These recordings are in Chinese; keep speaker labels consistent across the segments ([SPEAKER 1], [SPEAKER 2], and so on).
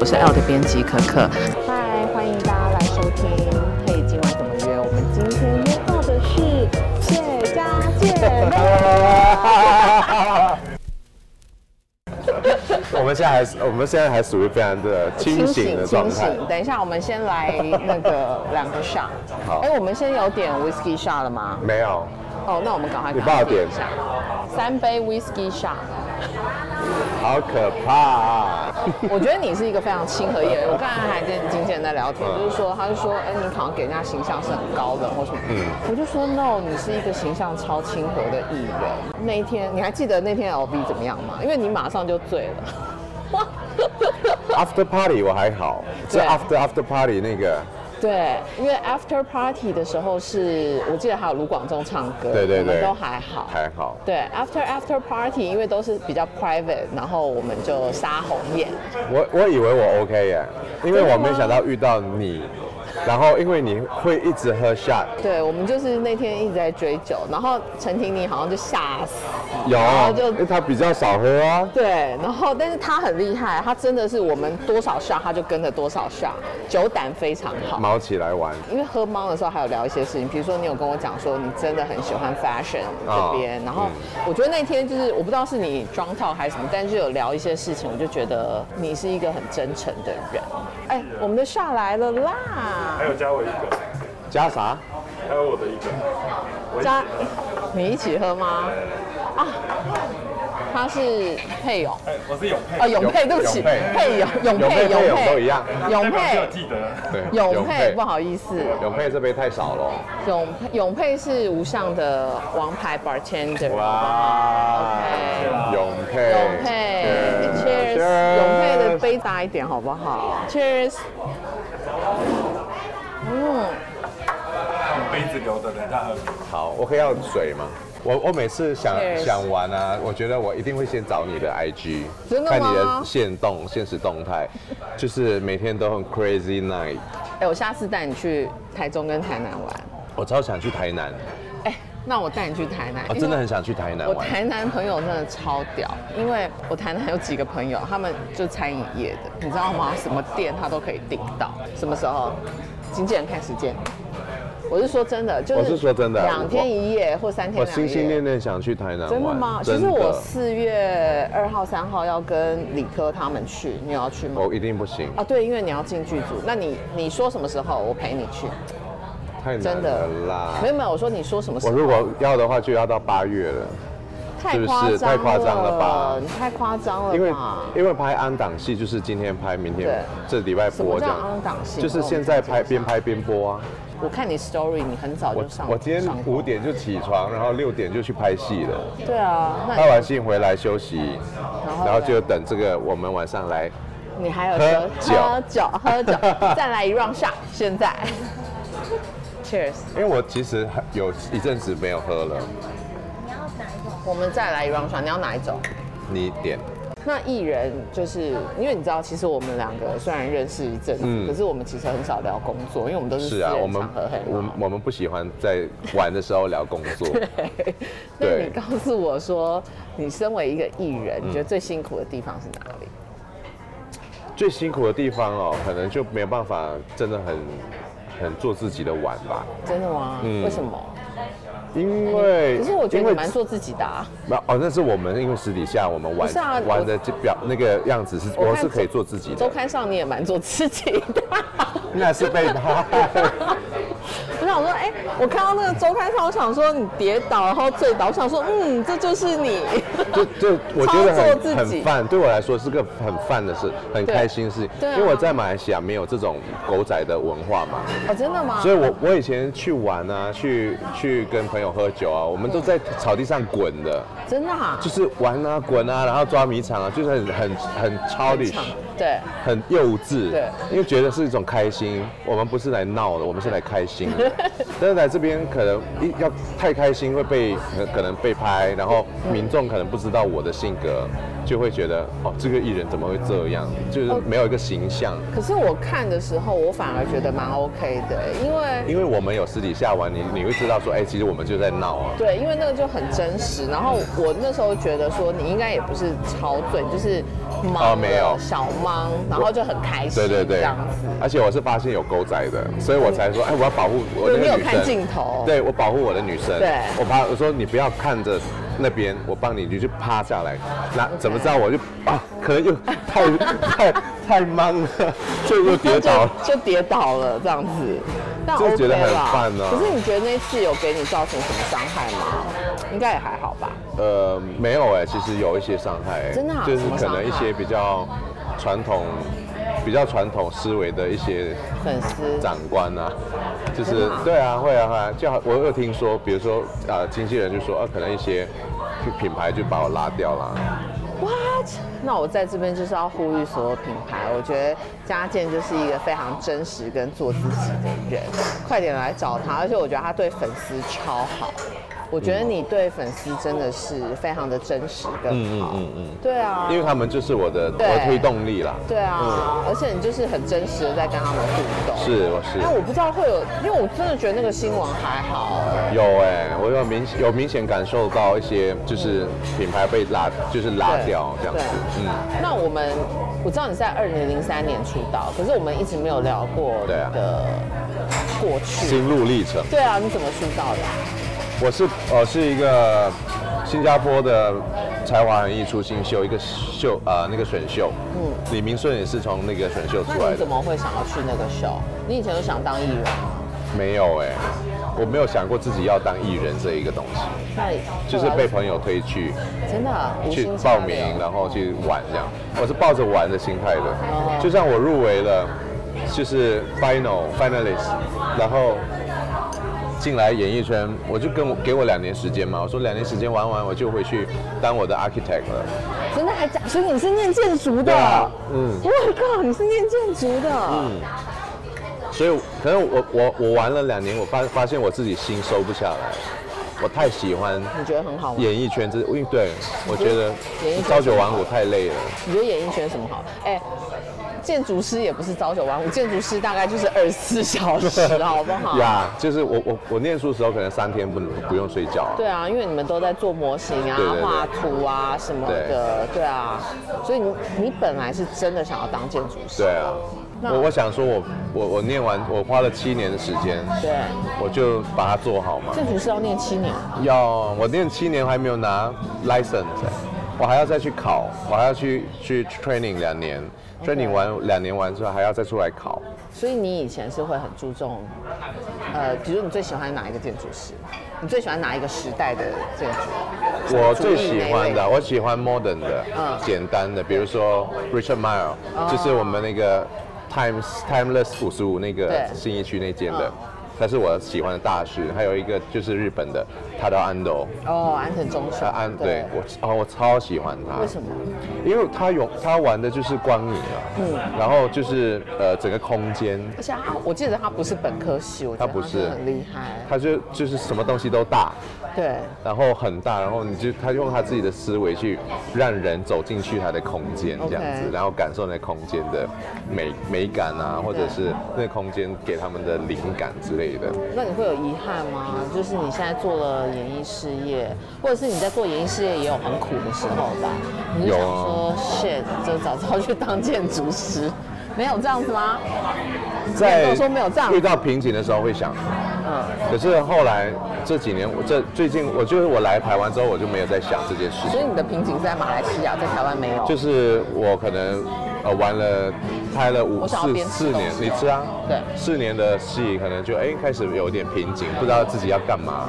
[SPEAKER 1] 我是 L 的编辑可可，
[SPEAKER 2] 嗨，欢迎大家来收听《嘿，今晚怎么约》。我们今天约到的是谢家姐妹。
[SPEAKER 3] 我们现在还是我们现在还属于非常的清醒的状态。
[SPEAKER 2] 等一下，我们先来那个两个 shot。
[SPEAKER 3] 好
[SPEAKER 2] 哎，我们先有点 whisky shot 了吗？
[SPEAKER 3] 没有，
[SPEAKER 2] 哦，那我们赶快
[SPEAKER 3] 你
[SPEAKER 2] 赶快
[SPEAKER 3] 帮我点
[SPEAKER 2] 一下，三杯 whisky shot。
[SPEAKER 3] 好可怕、啊！
[SPEAKER 2] 我觉得你是一个非常亲和艺人。我刚才还跟经纪人在聊天，
[SPEAKER 3] 嗯
[SPEAKER 2] 就是说，他就说，哎、你好像给人家形象是很高的或什么。
[SPEAKER 3] 嗯
[SPEAKER 2] 我就说，no，你是一个形象超亲和的艺人。那一天，你还记得那天 L V 怎么样吗？因为你马上就醉了。
[SPEAKER 3] After party 我还好，是
[SPEAKER 2] 对
[SPEAKER 3] After After party 那个，
[SPEAKER 2] 对，因为 after party 的时候是我记得还有卢广仲唱歌，
[SPEAKER 3] 对对
[SPEAKER 2] 我们
[SPEAKER 3] 对，
[SPEAKER 2] 都还好。
[SPEAKER 3] 还好。
[SPEAKER 2] 对，after after party，因为都是比较 private，然后我们就杀红眼。
[SPEAKER 3] 我我以为我 OK 耶，因为
[SPEAKER 2] 真的
[SPEAKER 3] 我
[SPEAKER 2] 吗
[SPEAKER 3] 没想到遇到你，然后因为你会一直喝 shot，
[SPEAKER 2] 对，我们就是那天一直在追酒，然后陈婷妮好像就吓死。
[SPEAKER 3] 有
[SPEAKER 2] 然后就，
[SPEAKER 3] 因为他比较少喝啊。
[SPEAKER 2] 对，然后但是她很厉害，她真的是我们多少下她就跟着多少下，酒胆非常好。
[SPEAKER 3] 毛起来玩，
[SPEAKER 2] 因为喝猫的时候还有聊一些事情，比如说你有跟我讲说你真的很喜欢 fashion
[SPEAKER 3] 哦
[SPEAKER 2] 这边，然后我觉得那天就是我不知道是你装套还是什么，但是有聊一些事情，我就觉得你是一个很真诚的人。哎，我们的下来了啦，
[SPEAKER 4] 还有加我一个，
[SPEAKER 3] 加啥？
[SPEAKER 4] 还有我的一个，
[SPEAKER 2] 加你一起喝吗？啊，他是配泳
[SPEAKER 4] 哎，我是永佩，
[SPEAKER 2] 哦，永配，对不起，
[SPEAKER 3] 永佩
[SPEAKER 2] 配泳，永
[SPEAKER 3] 永
[SPEAKER 2] 配，
[SPEAKER 3] 佩配泳都一样，
[SPEAKER 2] 永
[SPEAKER 4] 没有
[SPEAKER 2] 配，
[SPEAKER 4] 记得，
[SPEAKER 3] 对
[SPEAKER 2] 永配，不，好意思。
[SPEAKER 3] 永佩这杯太少了。
[SPEAKER 2] 永佩永佩是无上的王牌 bartender。
[SPEAKER 3] 哇
[SPEAKER 2] OK
[SPEAKER 3] 永佩，
[SPEAKER 2] 永佩
[SPEAKER 3] Cheers
[SPEAKER 2] ，Cheers！永佩的杯大一点好不好？Cheers！嗯，
[SPEAKER 4] 杯子留着等下喝。
[SPEAKER 3] 好，我可以要水吗？我我每次想
[SPEAKER 2] Cheers
[SPEAKER 3] 想玩啊，我觉得我一定会先找你的 IG，
[SPEAKER 2] 真的吗
[SPEAKER 3] 看你的现动、现实动态，就是每天都很 crazy night。
[SPEAKER 2] 哎，我下次带你去台中跟台南玩。
[SPEAKER 3] 我超想去台南，
[SPEAKER 2] 哎，那我带你去台南。
[SPEAKER 3] 我哦真的很想去台南
[SPEAKER 2] 我
[SPEAKER 3] 玩。
[SPEAKER 2] 台南朋友真的超屌，因为我台南有几个朋友，他们就餐饮业的，你知道吗？什么店他都可以订到。什么时候？经纪人看时间。我是说真的，就是
[SPEAKER 3] 我是说真的
[SPEAKER 2] 两天一夜或三天
[SPEAKER 3] 我
[SPEAKER 2] 两夜。
[SPEAKER 3] 心心念念想去台南玩。
[SPEAKER 2] 真的吗？其
[SPEAKER 3] 真
[SPEAKER 2] 实
[SPEAKER 3] 的
[SPEAKER 2] 我四月二号、三号要跟理科他们去，你有要去吗？
[SPEAKER 3] 我一定不行，
[SPEAKER 2] 啊，对，因为你要进剧组，那你你说什么时候，我陪你去，
[SPEAKER 3] 太难
[SPEAKER 2] 真的
[SPEAKER 3] 了啦
[SPEAKER 2] 没。有没有，我说你说什么时
[SPEAKER 3] 我
[SPEAKER 2] 候，
[SPEAKER 3] 如果要的话，就要到八月了，
[SPEAKER 2] 太
[SPEAKER 3] 是不是
[SPEAKER 2] 夸张
[SPEAKER 3] 太夸张了吧
[SPEAKER 2] 你太夸张了吧？
[SPEAKER 3] 因为因为拍安档戏就是今天拍，明
[SPEAKER 2] 对
[SPEAKER 3] 天这礼拜
[SPEAKER 2] 什么
[SPEAKER 3] 播这
[SPEAKER 2] 叫
[SPEAKER 3] 样，
[SPEAKER 2] 昂档性？
[SPEAKER 3] 就是现在拍边拍边播啊。
[SPEAKER 2] 我看你 story，你很早
[SPEAKER 3] 我
[SPEAKER 2] 就上。
[SPEAKER 3] 我今天
[SPEAKER 2] 上工
[SPEAKER 3] 五。点就起床，然后六点就去拍戏了，
[SPEAKER 2] 对啊，那
[SPEAKER 3] 拍完戏回来休息，
[SPEAKER 2] 然后
[SPEAKER 3] 然后就等这个我们晚上来。
[SPEAKER 2] 你还有
[SPEAKER 3] 喝
[SPEAKER 2] 喝
[SPEAKER 3] 酒
[SPEAKER 2] 喝酒喝酒， 再来一 round shot，现在。Cheers，
[SPEAKER 3] 因为我其实很有一阵子没有喝了，
[SPEAKER 2] 我们再来一 round shot，你要哪一种？
[SPEAKER 3] 你点
[SPEAKER 2] 那艺人就是因为你知道，其实我们两个虽然认识一阵子，
[SPEAKER 3] 嗯
[SPEAKER 2] 可是我们其实很少聊工作，因为我们都是私
[SPEAKER 3] 是
[SPEAKER 2] 人
[SPEAKER 3] 啊，我
[SPEAKER 2] 场
[SPEAKER 3] 们
[SPEAKER 2] 合很
[SPEAKER 3] 我们
[SPEAKER 2] 忙。
[SPEAKER 3] 我们不喜欢在玩的时候聊工作，
[SPEAKER 2] 对，那
[SPEAKER 3] 对嗯
[SPEAKER 2] 你告诉我说，你身为一个艺人，你觉得最辛苦的地方是哪里？
[SPEAKER 3] 最辛苦的地方哦，可能就没有办法真的很很做自己的玩吧，
[SPEAKER 2] 真的吗？
[SPEAKER 3] 嗯
[SPEAKER 2] 为什么？
[SPEAKER 3] 因为
[SPEAKER 2] 可是我觉
[SPEAKER 3] 因
[SPEAKER 2] 得
[SPEAKER 3] 为
[SPEAKER 2] 你蛮做自己的、啊。
[SPEAKER 3] 没有哦，那是我们因为私底下我们玩
[SPEAKER 2] 不是啊我
[SPEAKER 3] 玩的就表那个样子是
[SPEAKER 2] 我
[SPEAKER 3] 我
[SPEAKER 2] 看
[SPEAKER 3] 是可以做自己的
[SPEAKER 2] 周，刊上你也蛮做自己 的。
[SPEAKER 3] 那是 被他。
[SPEAKER 2] 我想说，哎、我看到那个周刊上，我想说你跌倒然后醉倒，我想说，嗯，这就是你。
[SPEAKER 3] 就就我觉得
[SPEAKER 2] 操作自
[SPEAKER 3] 很
[SPEAKER 2] 己
[SPEAKER 3] 很泛，对我来说是个很泛的事，很
[SPEAKER 2] 对
[SPEAKER 3] 开心的事情。
[SPEAKER 2] 对啊
[SPEAKER 3] 因为我在马来西亚没有这种狗仔的文化嘛，
[SPEAKER 2] 哦，真的吗？
[SPEAKER 3] 所以我我以前去玩啊，去去跟朋友喝酒啊，我们都在草地上滚的，
[SPEAKER 2] 真的、啊。
[SPEAKER 3] 就是玩啊滚啊，然后抓迷藏啊，就是很很很 childish，
[SPEAKER 2] 对。
[SPEAKER 3] 很幼稚。
[SPEAKER 2] 对，
[SPEAKER 3] 因为觉得是一种开心，我们不是来闹的，我们是来开心的。但是来这边可能一要太开心会被可可能被拍，然后民众可能不知道我的性格，就会觉得哦，这个艺人怎么会这样？就是没有一个形象。
[SPEAKER 2] 可是我看的时候，我反而觉得蛮 OK 的，因为
[SPEAKER 3] 因为我们有私底下玩，你你会知道说，哎、其实我们就在闹啊。
[SPEAKER 2] 对，因为那个就很真实。然后我那时候觉得说，你应该也不是超醉，你就是忙、
[SPEAKER 3] 哦没有
[SPEAKER 2] 小忙，然后就很开心，
[SPEAKER 3] 对对对
[SPEAKER 2] 这样子。，
[SPEAKER 3] 而且我是发现有狗仔的，所以我才说，哎，我要保护我
[SPEAKER 2] 对
[SPEAKER 3] 那个
[SPEAKER 2] 你有
[SPEAKER 3] 女
[SPEAKER 2] 看
[SPEAKER 3] 生。
[SPEAKER 2] 镜头
[SPEAKER 3] 对我保护我的女生。
[SPEAKER 2] 对
[SPEAKER 3] 我怕我说你不要看着那边，我帮你，你就趴下来。那怎么知道我就啊，可能又太 太太忙了，就又跌倒了。
[SPEAKER 2] 就就跌倒了这样 子，但
[SPEAKER 3] 就
[SPEAKER 2] OK
[SPEAKER 3] 觉得很
[SPEAKER 2] 啦
[SPEAKER 3] 烦啊
[SPEAKER 2] 可是你觉得那次有给你造成什么伤害吗？应该也还好吧。
[SPEAKER 3] 呃，没有哎、其实有一些伤害、欸
[SPEAKER 2] 真的啊
[SPEAKER 3] 就是
[SPEAKER 2] 什么
[SPEAKER 3] 可
[SPEAKER 2] 伤害
[SPEAKER 3] 能一些比较传统、比较传统思维的一些
[SPEAKER 2] 粉丝
[SPEAKER 3] 长官啊，就
[SPEAKER 2] 真
[SPEAKER 3] 是
[SPEAKER 2] 的啊
[SPEAKER 3] 对啊，会啊会啊，就好我有听说，比如说啊、呃经纪人就说啊，可能一些品品牌就把我拉掉了，
[SPEAKER 2] What？那我在这边就是要呼吁所有品牌，我觉得嘉健就是一个非常真实跟做自己的人，快点来找他，而且我觉得他对粉丝超好。我觉得你对粉丝真的是非常的真实跟好，
[SPEAKER 3] 嗯嗯嗯嗯
[SPEAKER 2] 对啊，
[SPEAKER 3] 因为他们就是我的我
[SPEAKER 2] 对
[SPEAKER 3] 的推动力啦。
[SPEAKER 2] 对啊，而且你就是很真实的在跟他们互动。
[SPEAKER 3] 是，我是
[SPEAKER 2] 但我不知道会有，因为我真的觉得那个新闻还好哎、
[SPEAKER 3] 有哎、我有明有明显感受到一些就是品牌被拉，就是拉
[SPEAKER 2] 对
[SPEAKER 3] 掉这样子，
[SPEAKER 2] 对
[SPEAKER 3] 嗯，
[SPEAKER 2] 那我们我知道你在二零零三年出道，可是我们一直没有聊过你
[SPEAKER 3] 对啊
[SPEAKER 2] 的过去。
[SPEAKER 3] 心路历程。
[SPEAKER 2] 对啊，你怎么出道的啊、
[SPEAKER 3] 我是我是一个新加坡的才华横溢出新秀，一个秀呃那个选秀，嗯，李明顺也是从那个选秀出
[SPEAKER 2] 那
[SPEAKER 3] 来
[SPEAKER 2] 你
[SPEAKER 3] 的
[SPEAKER 2] 怎，么会想要去那个秀？你以前有想当艺人吗？
[SPEAKER 3] 没有哎、我没有想过自己要当艺人这一个东西，
[SPEAKER 2] 那你
[SPEAKER 3] 就是被朋友推去
[SPEAKER 2] 真的啊无
[SPEAKER 3] 去
[SPEAKER 2] 心插柳
[SPEAKER 3] 报名，然后去玩这样，我是抱着玩的心态的
[SPEAKER 2] 哦，
[SPEAKER 3] 就像我入围了，就是 final finalist，然后。进来演艺圈，我就跟我给我两年时间嘛，我说两年时间玩完，我就回去当我的 architect 了。
[SPEAKER 2] 真的还假？所以你是念建筑的？
[SPEAKER 3] 对啊嗯
[SPEAKER 2] 我靠，你是念建筑的？
[SPEAKER 3] 所以可能我我我玩了两年，我发发现我自己心收不下来，我太喜欢
[SPEAKER 2] 你觉得很好玩？
[SPEAKER 3] 演艺圈这，因为对我觉得
[SPEAKER 2] 演艺圈
[SPEAKER 3] 朝九晚五太累了。
[SPEAKER 2] 你觉得演艺圈什么好？哎、建筑师也不是朝九晚五，建筑师大概就是二十四小 时，好不好？
[SPEAKER 3] 呀就是我我我念书的时候可能三天不不用睡觉、啊。
[SPEAKER 2] 对啊，因为你们都在做模型啊
[SPEAKER 3] 对对、对
[SPEAKER 2] 画图啊什么的，对啊，所以你你本来是真的想要当建筑师，
[SPEAKER 3] 对啊，
[SPEAKER 2] 那
[SPEAKER 3] 我我想说我我我念完我花了七年的时间，
[SPEAKER 2] 对，
[SPEAKER 3] 我就把它做好嘛。
[SPEAKER 2] 建筑师要念七年，
[SPEAKER 3] 要我念七年还没有拿 license，我还要再去考，我还要去去 training 两年 training 完两年完之后还要再出来考。
[SPEAKER 2] 所以你以前是会很注重，呃，比如你最喜欢哪一个建筑师？你最喜欢哪一个时代的建筑？
[SPEAKER 3] 我最喜欢
[SPEAKER 2] 主义那
[SPEAKER 3] 的，
[SPEAKER 2] 一
[SPEAKER 3] 我喜欢 modern 的，
[SPEAKER 2] 嗯哦
[SPEAKER 3] 简单的，比如说 Richard Mille，、就是我们那个 Times Timeless 五十五那个
[SPEAKER 2] 对
[SPEAKER 3] 信义区那间的
[SPEAKER 2] 嗯，
[SPEAKER 3] 他、是我喜欢的大师。还有一个就是日本的 Tada Ando，
[SPEAKER 2] 哦，安藤忠
[SPEAKER 3] 他
[SPEAKER 2] 雄，
[SPEAKER 3] 呃安对我哦我超喜欢他，
[SPEAKER 2] 为什么？
[SPEAKER 3] 因为他有他玩的就是光影啊，
[SPEAKER 2] 嗯
[SPEAKER 3] 然后就是呃整个空间，
[SPEAKER 2] 而且他，我记得他不是本科系，我觉得
[SPEAKER 3] 他不
[SPEAKER 2] 他真
[SPEAKER 3] 是
[SPEAKER 2] 的很厉害。
[SPEAKER 3] 他就就是什么东西都大，
[SPEAKER 2] 对，
[SPEAKER 3] 然后很大，然后你就他用他自己的思维去让人走进去他的空间
[SPEAKER 2] OK
[SPEAKER 3] 这样子，然后感受那个空间的美美感啊，或者是那个空间给他们的灵感之类的。
[SPEAKER 2] 那你会有遗憾吗？就是你现在做了演艺事业，或者是你在做演艺事业也有很苦的时候吧？你就想
[SPEAKER 3] 有啊
[SPEAKER 2] 说，shit，就早知道去当建筑师，没有这样子吗？没有说没有这样
[SPEAKER 3] 遇到瓶颈的时候会想，
[SPEAKER 2] 嗯，
[SPEAKER 3] 可是后来这几年，我这最近我就是我来台湾之后，我就没有再想这件事
[SPEAKER 2] 所
[SPEAKER 3] 情
[SPEAKER 2] 以。你的瓶颈是在马来西亚，在台湾没有。
[SPEAKER 3] 就是我可能呃玩了拍了五
[SPEAKER 2] 我想要
[SPEAKER 3] 四
[SPEAKER 2] 边吃
[SPEAKER 3] 四年
[SPEAKER 2] 东，西
[SPEAKER 3] 你吃啊？
[SPEAKER 2] 对
[SPEAKER 3] 四年的戏可能就哎、开始有点瓶颈，不知道自己要干嘛。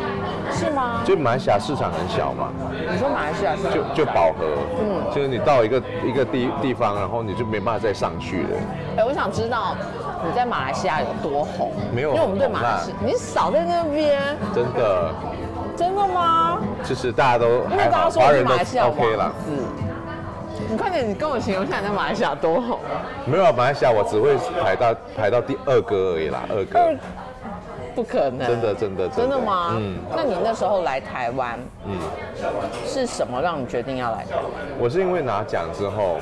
[SPEAKER 2] 是吗？
[SPEAKER 3] 就马来西亚市场很小嘛，
[SPEAKER 2] 你说马来西亚是吗
[SPEAKER 3] 就就饱和，嗯，就是你到一个一个地地方，然后你就没办法再上去了。
[SPEAKER 2] 哎、我想知道你在马来西亚有多红？
[SPEAKER 3] 没有
[SPEAKER 2] 因为我们对马来西
[SPEAKER 3] 红
[SPEAKER 2] 你少在那边，
[SPEAKER 3] 真的，
[SPEAKER 2] 真的吗？
[SPEAKER 3] 就是大家都
[SPEAKER 2] 因为
[SPEAKER 3] 还
[SPEAKER 2] 刚
[SPEAKER 3] 好，
[SPEAKER 2] 刚说
[SPEAKER 3] 华
[SPEAKER 2] 我是
[SPEAKER 3] 人都
[SPEAKER 2] 马来西亚王
[SPEAKER 3] OK
[SPEAKER 2] 子
[SPEAKER 3] 啦。，
[SPEAKER 2] 你快点，你跟我形容一下你在马来西亚多红。
[SPEAKER 3] 没有啊马来西亚，我只会排到排到第二歌而已啦，二歌。
[SPEAKER 2] 二不可能，
[SPEAKER 3] 真的真的
[SPEAKER 2] 真的吗？
[SPEAKER 3] 嗯
[SPEAKER 2] 那你那时候来台湾
[SPEAKER 3] 嗯，
[SPEAKER 2] 是什么让你决定要来台湾？
[SPEAKER 3] 我是因为拿奖之后，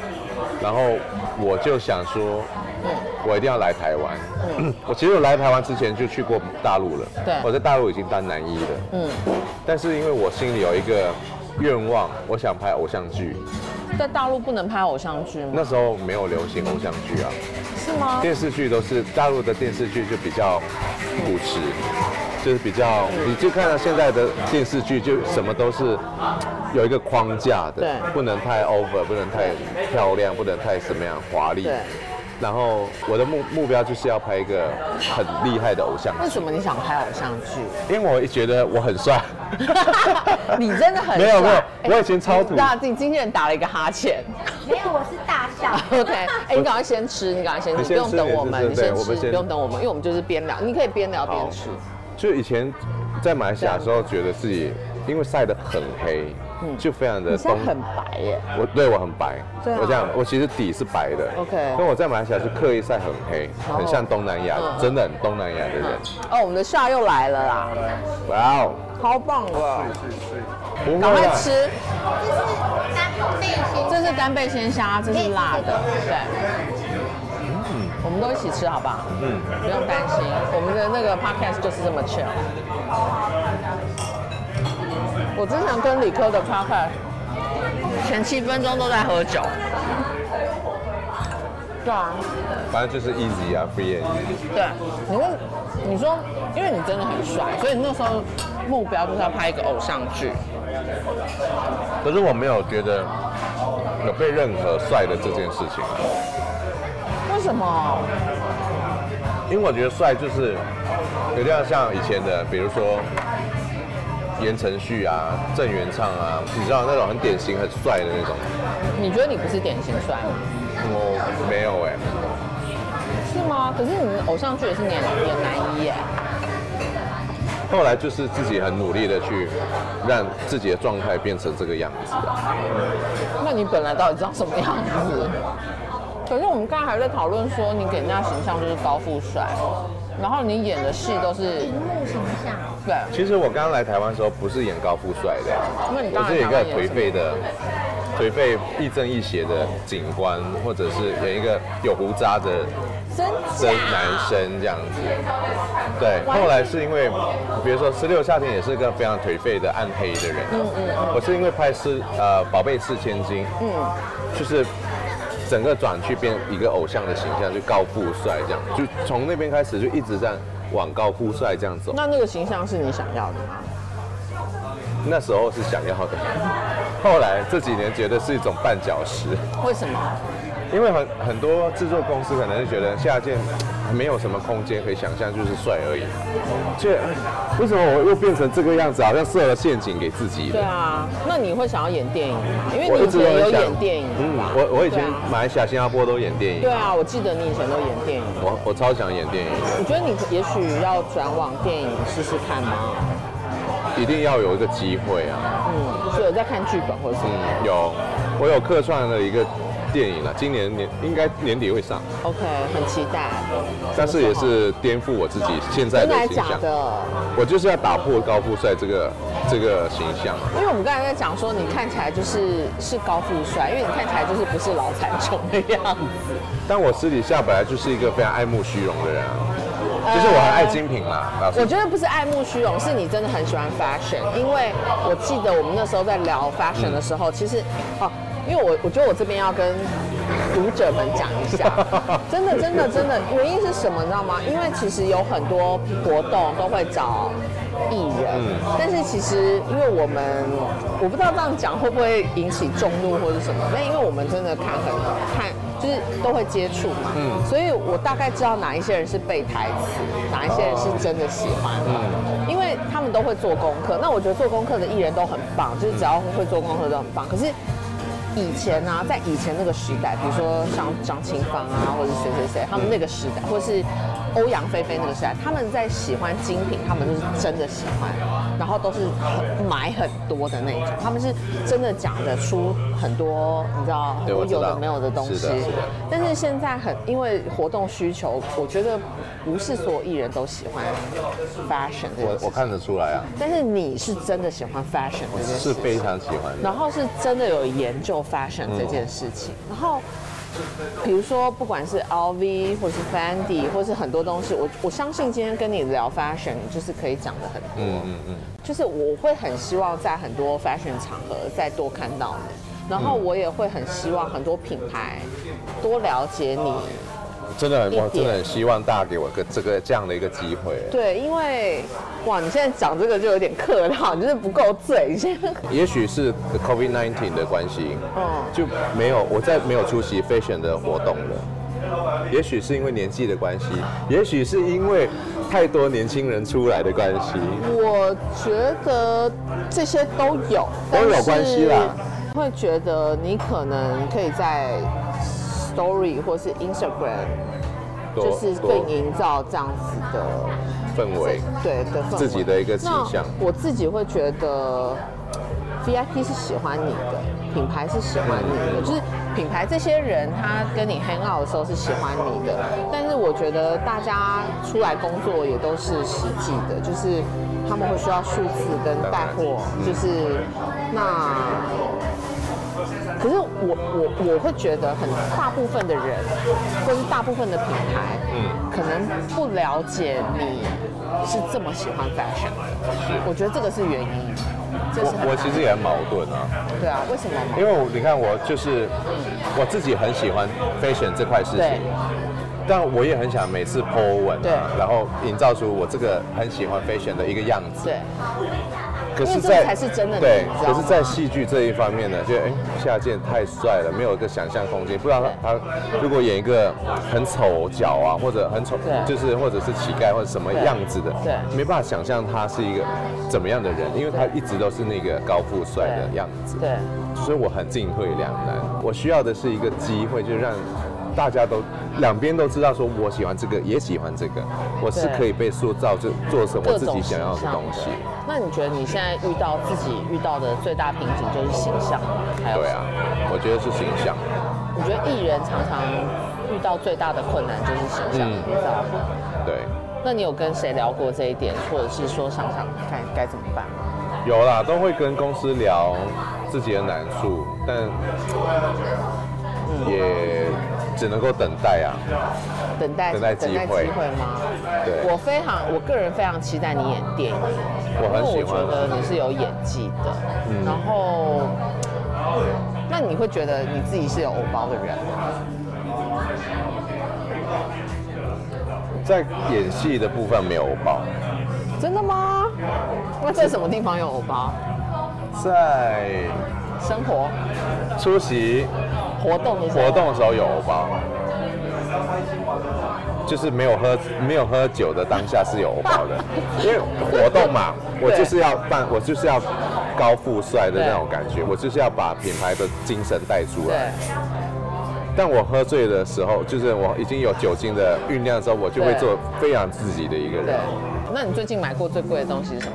[SPEAKER 3] 然后我就想说，我一定要来台湾。 我其实我来台湾之前就去过大陆了，
[SPEAKER 2] 对
[SPEAKER 3] 我在大陆已经当男一了，嗯，但是因为我心里有一个愿望，我想拍偶像剧，
[SPEAKER 2] 在大陆不能拍偶像剧吗？
[SPEAKER 3] 那时候没有流行偶像剧啊，
[SPEAKER 2] 是吗？
[SPEAKER 3] 电视剧都是大陆的电视剧就比较朴实，就是比较，你就看到现在的电视剧就什么都是有一个框架的，
[SPEAKER 2] 对
[SPEAKER 3] 不能太 over，不能太漂亮，不能太什么样华丽
[SPEAKER 2] 对。
[SPEAKER 3] 然后我的目目标就是要拍一个很厉害的偶像
[SPEAKER 2] 为
[SPEAKER 3] 剧，
[SPEAKER 2] 什么你想拍偶像剧？。
[SPEAKER 3] 因为我也觉得我很帅
[SPEAKER 2] 你真的很
[SPEAKER 3] 没有
[SPEAKER 2] 帅
[SPEAKER 3] 没有
[SPEAKER 2] 哎，
[SPEAKER 3] 我以前超土。
[SPEAKER 2] 大地经纪人打了一个哈 欠。
[SPEAKER 5] 没有，我是大 笑。
[SPEAKER 2] OK，哎、你赶快先吃，你赶快先吃，
[SPEAKER 3] 你先
[SPEAKER 2] 不
[SPEAKER 3] 吃
[SPEAKER 2] 用等
[SPEAKER 3] 你
[SPEAKER 2] 我
[SPEAKER 3] 先
[SPEAKER 2] 们，
[SPEAKER 3] 吃
[SPEAKER 2] 你
[SPEAKER 3] 对
[SPEAKER 2] 先
[SPEAKER 3] 我
[SPEAKER 2] 吃，
[SPEAKER 3] 们先
[SPEAKER 2] 不用等我们，因为我们就是边聊，你可以边聊边
[SPEAKER 3] 好
[SPEAKER 2] 吃。
[SPEAKER 3] 就以前在马来西亚的时候，觉得自己因为晒得很黑，就非常的
[SPEAKER 2] 嗯你现在
[SPEAKER 3] 东。
[SPEAKER 2] 很白耶，
[SPEAKER 3] 我对我很白，
[SPEAKER 2] 对啊
[SPEAKER 3] 我这样，我其实底是白的。
[SPEAKER 2] OK
[SPEAKER 3] 但我在马来西亚是刻意晒很黑，
[SPEAKER 2] 哦
[SPEAKER 3] 很像东南亚
[SPEAKER 2] 嗯，
[SPEAKER 3] 真的很东南亚的人。
[SPEAKER 2] 哦，我们的夏又来了啦，
[SPEAKER 3] 哇哦，
[SPEAKER 2] 超棒了，
[SPEAKER 3] 不
[SPEAKER 2] 嗯赶
[SPEAKER 3] 会
[SPEAKER 2] 快
[SPEAKER 3] 啦，
[SPEAKER 2] 吃，这
[SPEAKER 5] 这是单背心，
[SPEAKER 2] 是干贝鲜虾，这是辣的，对。我们都一起吃好不好？嗯，不用担心，我们的那个 podcast 就是这么 chill。我之前跟理科的 podcast 前七分钟都在喝酒。对啊，
[SPEAKER 3] 反正就是 easy 啊，free and easy。
[SPEAKER 2] 对，你问，你说，因为你真的很帅，所以你那时候目标就是要拍一个偶像剧。
[SPEAKER 3] 可是我没有觉得有被任何帅的这件事情，啊
[SPEAKER 2] 为什么？
[SPEAKER 3] 因为我觉得帅就是有点像以前的，比如说。言承旭啊，郑元畅啊，你知道那种很典型、很帅的那种，
[SPEAKER 2] 你觉得你不是典型帅吗？
[SPEAKER 3] 我没有哎、
[SPEAKER 2] 是吗？可是你的偶像剧也是演演男一耶。
[SPEAKER 3] 后来就是自己很努力的去让自己的状态变成这个样子。
[SPEAKER 2] 那你本来到底长什么样子？可是我们刚才还在讨论说，你给人家的形象就是高富帅，然后你演的戏都是
[SPEAKER 5] 荧幕形象。
[SPEAKER 2] 对，
[SPEAKER 3] 其实我刚来台湾的时候不是演高富帅的，
[SPEAKER 2] 那你
[SPEAKER 3] 我
[SPEAKER 2] 刚来
[SPEAKER 3] 是演
[SPEAKER 2] 台
[SPEAKER 3] 一个
[SPEAKER 2] 湾演
[SPEAKER 3] 颓
[SPEAKER 2] 什
[SPEAKER 3] 废
[SPEAKER 2] 么？
[SPEAKER 3] 的、颓废亦正亦邪的警官，或者是演一个有胡渣的
[SPEAKER 2] 真
[SPEAKER 3] 的
[SPEAKER 2] 假？
[SPEAKER 3] 男生这样子。对，后来是因为，比如说《十六夏天》也是个非常颓废的暗黑的人、嗯嗯我是因为拍《四呃宝贝四千金》，嗯，就是整个转去变一个偶像的形象，就高富帅这样，就从那边开始就一直在往高富帅这样走。
[SPEAKER 2] 那那个形象是你想要的吗？
[SPEAKER 3] 那时候是想要的，后来这几年觉得是一种绊脚石，
[SPEAKER 2] 为什么？
[SPEAKER 3] 因为很很多制作公司可能就觉得下件没有什么空间可以想象，就是帅而已。就哎为什么我又变成这个样子，好像设了陷阱给自己
[SPEAKER 2] 对
[SPEAKER 3] 了？
[SPEAKER 2] 啊，那你会想要演电影吗？啊因为
[SPEAKER 3] 我
[SPEAKER 2] 你
[SPEAKER 3] 一
[SPEAKER 2] 以
[SPEAKER 3] 直都
[SPEAKER 2] 前有
[SPEAKER 3] 很想
[SPEAKER 2] 演电影
[SPEAKER 3] 嗯
[SPEAKER 2] 吧？，
[SPEAKER 3] 我我以前
[SPEAKER 2] 对啊
[SPEAKER 3] 马来西亚、新加坡都演电影
[SPEAKER 2] 对，啊，我记得你以前都演电影。
[SPEAKER 3] 我我超想演电影，
[SPEAKER 2] 我觉得你也许要转往电影试试看吗？
[SPEAKER 3] 一定要有一个机会啊。
[SPEAKER 2] 嗯，所以我在看剧本或者什么。
[SPEAKER 3] 嗯，有，我有客串了一个电影了，今年年应该年底会上，
[SPEAKER 2] OK，很期待。
[SPEAKER 3] 但是也是颠覆我自己现在
[SPEAKER 2] 真
[SPEAKER 3] 的
[SPEAKER 2] 的还
[SPEAKER 3] 形
[SPEAKER 2] 假
[SPEAKER 3] 象。
[SPEAKER 2] 的？
[SPEAKER 3] 我就是要打破高富帅这个这个形象。
[SPEAKER 2] 因为我们刚才在讲说，你看起来就是是高富帅，因为你看起来就是不是老残穷的样子。
[SPEAKER 3] 但我私底下本来就是一个非常爱慕虚荣的人啊，
[SPEAKER 2] 呃
[SPEAKER 3] 就是我很爱精品啦，老
[SPEAKER 2] 我
[SPEAKER 3] 师。
[SPEAKER 2] 觉得不是爱慕虚荣，是你真的很喜欢 fashion。因为我记得我们那时候在聊 fashion 的时候，其实哦，因为我我觉得我这边要跟读者们讲一下，真的真的真的，原因是什么你知道吗？因为其实有很多活动都会找艺人，但是其实因为我们我不知道这样讲会不会引起众怒或者什么，但因为我们真的看很看。就是都会接触嘛，所以我大概知道哪一些人是背台词，哪一些人是真的喜欢，因为他们都会做功课。那我觉得做功课的艺人都很棒，就是只要会做功课都很棒。可是以前啊，在以前那个时代，比如说像张清芳啊，或者谁谁谁，他们那个时代，或是欧阳菲菲那个时代，他们在喜欢精品，他们就是真的喜欢，然后都是很买很多的那种，他们是真的讲得出很多，你知道很
[SPEAKER 3] 对我
[SPEAKER 2] 多
[SPEAKER 3] 知道
[SPEAKER 2] 有的没有的东西。
[SPEAKER 3] 是的是的
[SPEAKER 2] 但是现在很因为活动需求，我觉得不是所有艺人都喜欢 fashion 这件
[SPEAKER 3] 我
[SPEAKER 2] 事
[SPEAKER 3] 我看得出来啊，
[SPEAKER 2] 但是你是真的喜欢 fashion 这件事
[SPEAKER 3] 是
[SPEAKER 2] 情。
[SPEAKER 3] 非常喜欢的。嗯
[SPEAKER 2] 然后是真的有研究 fashion 这件事情，然后比如说，不管是 LV 或是 Fendi，或是很多东西，我我相信今天跟你聊 fashion，你就是可以讲的很多。
[SPEAKER 3] 嗯嗯嗯，
[SPEAKER 2] 就是我会很希望在很多 fashion 场合再多看到你，然
[SPEAKER 3] 嗯
[SPEAKER 2] 后我也会很希望很多品牌多了解你。
[SPEAKER 3] 真的很，我
[SPEAKER 2] 一点
[SPEAKER 3] 真的很希望大家给我个这个这样的一个机会。
[SPEAKER 2] 对，因为哇，你现在讲这个就有点客套，你就是不够醉。你现在
[SPEAKER 3] 也许是 COVID 1 9的关系，
[SPEAKER 2] 嗯
[SPEAKER 3] 就没有我再没有出席 fashion 的活动了。也许是因为年纪的关系，也许是因为太多年轻人出来的关系。
[SPEAKER 2] 我觉得这些都有，
[SPEAKER 3] 都有关系啦。
[SPEAKER 2] 会觉得你可能可以在 Story 或是 Instagram，
[SPEAKER 3] 多
[SPEAKER 2] 就是更营造这样子的
[SPEAKER 3] 多氛围，
[SPEAKER 2] 对的氛围
[SPEAKER 3] 自己的一个形象
[SPEAKER 2] 那我自己会觉得 VIP 是喜欢你的，品牌是喜欢你的，
[SPEAKER 3] 嗯
[SPEAKER 2] 就是品牌这些人他跟你 hang out 的时候是喜欢你的，但是我觉得大家出来工作也都是实际的，就是他们会需要数字跟带货，就是那。可是我我我会觉得很大部分的人，或是大部分的品牌，嗯，可能不了解你是这么喜欢 fashion，的我觉得这个是原因，这是很
[SPEAKER 3] 我我其实也很矛盾啊，
[SPEAKER 2] 对啊，为什么嘛？
[SPEAKER 3] 因为我你看我就是我自己很喜欢 fashion 这块事
[SPEAKER 2] 嗯对
[SPEAKER 3] 情，但我也很想每次 po 文
[SPEAKER 2] 对
[SPEAKER 3] 啊，然后营造出我这个很喜欢 fashion 的一个样子。
[SPEAKER 2] 对，
[SPEAKER 3] 可
[SPEAKER 2] 因
[SPEAKER 3] 是
[SPEAKER 2] 为这
[SPEAKER 3] 在，
[SPEAKER 2] 个才是真的你
[SPEAKER 3] 对
[SPEAKER 2] 你，知道
[SPEAKER 3] 可
[SPEAKER 2] 吗
[SPEAKER 3] 是，在戏剧这一方面呢，就哎、夏健太帅了，没有一个想象空间。不然他他如果演一个很丑角啊，或者很丑，
[SPEAKER 2] 对
[SPEAKER 3] 就是或者是乞丐或者什么样子的，
[SPEAKER 2] 对
[SPEAKER 3] 没办法想象他是一个怎么样的人，因为他一直都是那个高富帅的样子。
[SPEAKER 2] 对，
[SPEAKER 3] 所以我很进退两难。我需要的是一个机会，就让大家都两边都知道，说我喜欢这个，也喜欢这个，我是
[SPEAKER 2] 对
[SPEAKER 3] 可以被塑造，就做成我
[SPEAKER 2] 各
[SPEAKER 3] 自
[SPEAKER 2] 种
[SPEAKER 3] 己想要的
[SPEAKER 2] 形象
[SPEAKER 3] 东西。。
[SPEAKER 2] 那你觉得你现在遇到自己遇到的最大瓶颈就是形象吗？还有
[SPEAKER 3] 对啊，我觉得是形象。
[SPEAKER 2] 我觉得艺人常常遇到最大的困难就是形象
[SPEAKER 3] 嗯
[SPEAKER 2] 营造嘛。
[SPEAKER 3] 对，
[SPEAKER 2] 那你有跟谁聊过这一点，或者是说想想看该怎么办吗？
[SPEAKER 3] 有啦，都会跟公司聊自己的难处，但也只能够等待啊。
[SPEAKER 2] 等待
[SPEAKER 3] 等待机会
[SPEAKER 2] 机会吗？
[SPEAKER 3] 对
[SPEAKER 2] 我非常，我个人非常期待你演电影，
[SPEAKER 3] 我很喜欢
[SPEAKER 2] 因为我觉得你是有演技的。
[SPEAKER 3] 嗯
[SPEAKER 2] 然后，那你会觉得你自己是有偶包的人吗？
[SPEAKER 3] 在演戏的部分没有报，
[SPEAKER 2] 真的吗？那在什么地方有偶包？
[SPEAKER 3] 在
[SPEAKER 2] 生活
[SPEAKER 3] 出席
[SPEAKER 2] 活动的时候
[SPEAKER 3] 活动的时候有包，就是没有喝没有喝酒的当下是有包的，因为活动嘛，我就是要办，我就是要高富帅的那种感觉，我就是要把品牌的精神带出
[SPEAKER 2] 对
[SPEAKER 3] 来。但我喝醉的时候，就是我已经有酒精的酝酿的时候，我就会
[SPEAKER 2] 对
[SPEAKER 3] 做非常自己的一个
[SPEAKER 2] 对
[SPEAKER 3] 人。。
[SPEAKER 2] 那你最近买过最贵的东西是什么？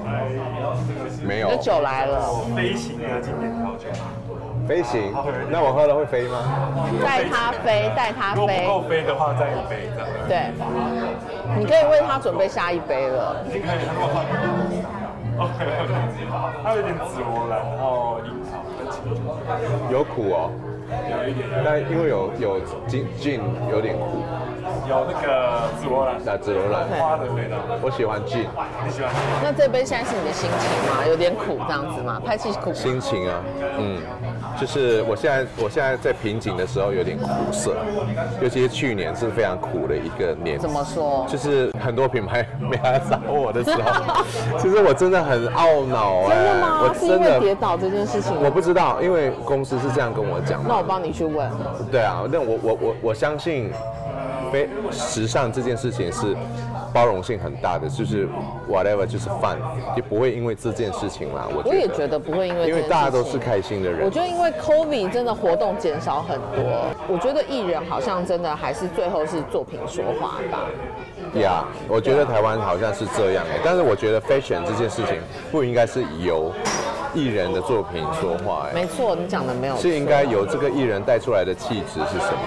[SPEAKER 3] 没
[SPEAKER 2] 你
[SPEAKER 3] 有
[SPEAKER 2] 的酒来了，
[SPEAKER 4] 飞行啊，今年好久。
[SPEAKER 3] 飞行，那我喝了会飞吗？
[SPEAKER 2] 带它飞，带它
[SPEAKER 4] 如果不
[SPEAKER 2] 飞。
[SPEAKER 4] 够飞的话，再一杯这样。
[SPEAKER 2] 对，你可以为他准备下一杯了。
[SPEAKER 4] 已经可以了吗？OK 啊 OK，它有点紫罗兰，然后樱桃跟清酒，
[SPEAKER 3] 有苦哦，
[SPEAKER 4] 有一点
[SPEAKER 3] 但因为有有金菌有点苦，
[SPEAKER 4] 有那个紫罗兰
[SPEAKER 3] 那紫罗兰，
[SPEAKER 4] 花的味道。
[SPEAKER 3] 我喜欢菌，
[SPEAKER 4] 你喜欢？
[SPEAKER 2] 那这杯现在是你的心情吗？有点苦这样子吗？拍戏苦。
[SPEAKER 3] 心情啊，嗯，就是我现在我现在在瓶颈的时候有点苦涩，尤其是去年是非常苦的一个年。
[SPEAKER 2] 怎么说
[SPEAKER 3] 就是很多品牌没来找我的时候， 其实我真的很懊恼哎、我
[SPEAKER 2] 是因
[SPEAKER 3] 真
[SPEAKER 2] 为跌
[SPEAKER 3] 的
[SPEAKER 2] 倒这件事情吗？
[SPEAKER 3] 我不知道，因为公司是这样跟我讲
[SPEAKER 2] 那
[SPEAKER 3] 的。
[SPEAKER 2] 我帮你去问。
[SPEAKER 3] 对啊，但我我我我相信，非时尚这件事情是包容性很大的，就是 whatever 就是 fun，也不会因为这件事情啦。我
[SPEAKER 2] 我也觉得不会因为这
[SPEAKER 3] 因
[SPEAKER 2] 件
[SPEAKER 3] 为
[SPEAKER 2] 事情
[SPEAKER 3] 大家都是开心的人。
[SPEAKER 2] 我觉得因为 COVID 真的活动减少很多，我觉得艺人好像真的还是最后是作品说话吧。
[SPEAKER 3] 呀我觉得台湾好像是这样哎，但是我觉得 fashion 这件事情不应该是由艺人的作品说话哎，
[SPEAKER 2] 没错，你讲的没有错
[SPEAKER 3] 是应该由这个艺人带出来的气质是什么。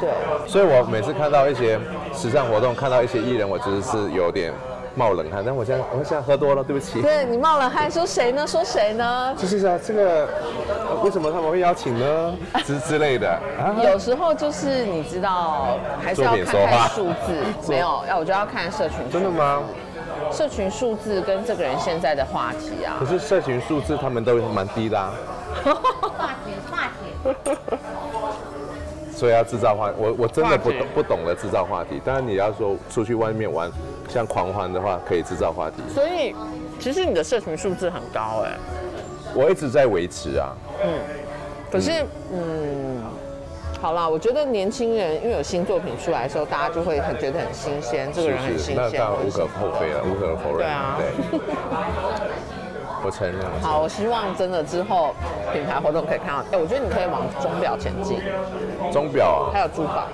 [SPEAKER 2] 对。
[SPEAKER 3] 所以我每次看到一些时尚活动，看到一些艺人，我其实是有点冒冷汗，但我现在我现在喝多了，对不起。
[SPEAKER 2] 对你冒冷汗，说谁呢？说谁呢？
[SPEAKER 3] 就是啊，这个呃为什么他们会邀请呢？之之类的啊，
[SPEAKER 2] 有时候就是你知道，还是要看
[SPEAKER 3] 重点说话
[SPEAKER 2] 看数 字，没有，要我就要看社群
[SPEAKER 3] 真的吗？
[SPEAKER 2] 社群数字跟这个人现在的话题啊
[SPEAKER 3] 可，是社群素质他们都蛮低的啊，
[SPEAKER 5] 化铁化铁，
[SPEAKER 3] 所以要制造话，我我真的不
[SPEAKER 2] 话
[SPEAKER 3] 懂
[SPEAKER 2] 题
[SPEAKER 3] 不懂得制造话题。当然你要说出去外面玩，像狂欢的话，可以制造话题。
[SPEAKER 2] 所以其实你的社群数字很高哎、
[SPEAKER 3] 我一直在维持啊，
[SPEAKER 2] 可是嗯。好啦，我觉得年轻人因为有新作品出来的时候，大家就会很觉得很新鲜，这个
[SPEAKER 3] 是
[SPEAKER 2] 人很
[SPEAKER 3] 不是？
[SPEAKER 2] 新
[SPEAKER 3] 那
[SPEAKER 2] 鲜。
[SPEAKER 3] 当然无可厚非了，无可否认。
[SPEAKER 2] 对啊
[SPEAKER 3] 对 我承认。我承认
[SPEAKER 2] 好，我希望真的之后品牌活动可以看到。哎、我觉得你可以往钟表前进，
[SPEAKER 3] 钟表啊，
[SPEAKER 2] 还有珠宝。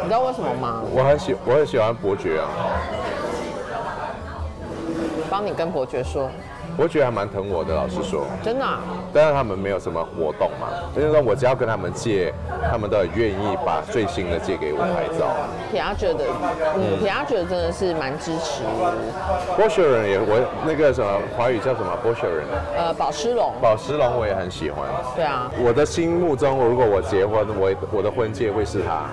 [SPEAKER 2] 你知道为什么吗？
[SPEAKER 3] 我很喜我很喜欢伯爵啊，
[SPEAKER 2] 帮你跟伯爵说，
[SPEAKER 3] 伯爵还蛮疼我的，老实说。
[SPEAKER 2] 真的啊、
[SPEAKER 3] 但是他们没有什么活动嘛，就是说我只要跟他们借，他们都很愿意把最新的借给我拍照。
[SPEAKER 2] 皮亚觉得，嗯，皮亚觉得真的是蛮支持，
[SPEAKER 3] 波雪人也我那个什么华语叫什么波雪人，
[SPEAKER 2] 呃，宝诗龙，
[SPEAKER 3] 宝石龙我也很喜欢。
[SPEAKER 2] 对啊，
[SPEAKER 3] 我的心目中，如果我结婚，我我的婚戒会是他。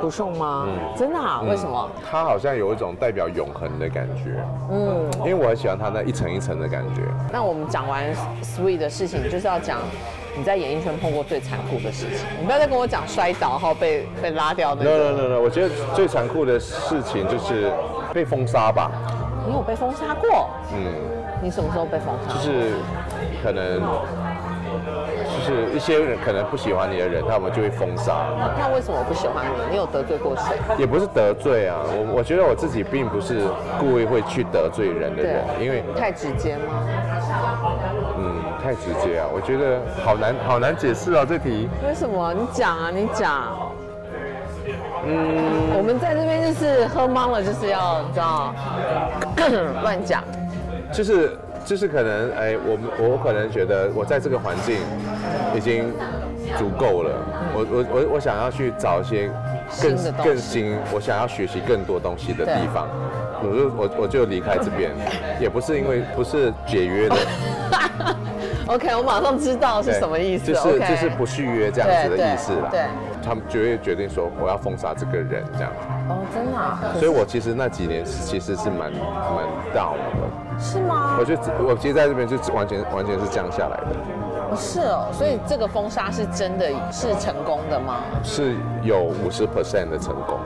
[SPEAKER 2] 不送吗？真的啊？为什么？
[SPEAKER 3] 他好像有一种代表永恒的感觉。嗯，因为我很喜欢他那一层一层的感觉。
[SPEAKER 2] 那我们讲完 Sweet 的事情，就是要讲你在演艺圈碰过最残酷的事情。你不要再跟我讲摔倒然后被被拉掉那
[SPEAKER 3] No
[SPEAKER 2] 个。
[SPEAKER 3] no no no，我觉得最残酷的事情就是被封杀吧。
[SPEAKER 2] 你有被封杀过？
[SPEAKER 3] 嗯。
[SPEAKER 2] 你什么时候被封杀？
[SPEAKER 3] 就是可能就是一些人可能不喜欢你的人，他们就会封杀，
[SPEAKER 2] 那为什么我不喜欢你？你有得罪过谁？
[SPEAKER 3] 也不是得罪啊。我我觉得我自己并不是故意会去得罪人的人，因为
[SPEAKER 2] 太直接吗？
[SPEAKER 3] 嗯太直接啊，我觉得好难好难解释啊这题。
[SPEAKER 2] 为什么？你讲啊，你讲。嗯，我们在这边就是喝懵了，就是要你知道 乱讲。
[SPEAKER 3] 就是就是可能哎，我们我可能觉得我在这个环境已经足够了，我我我我想要去找一些更
[SPEAKER 2] 新的东西
[SPEAKER 3] 更新，我想要学习更多东西的地方，我就我我就离开这 边，也不是因为不是解约的，
[SPEAKER 2] OK，我马上知道 是
[SPEAKER 3] 对
[SPEAKER 2] 什么意思。
[SPEAKER 3] 就是
[SPEAKER 2] OK
[SPEAKER 3] 就是不续约这样子
[SPEAKER 2] 对
[SPEAKER 3] 的
[SPEAKER 2] 对
[SPEAKER 3] 意思啦。
[SPEAKER 2] 对
[SPEAKER 3] 他们就会决定说我要封杀这个人这样，
[SPEAKER 2] 哦，真的啊、
[SPEAKER 3] 所以我其实那几年其实是蛮蛮 down 的，
[SPEAKER 2] 是吗
[SPEAKER 3] 我？就只我其实在这边就完全完全是降下来的。
[SPEAKER 2] 不是哦，所以这个封杀是真的是成功的吗
[SPEAKER 3] 是有五十 percent 的成功，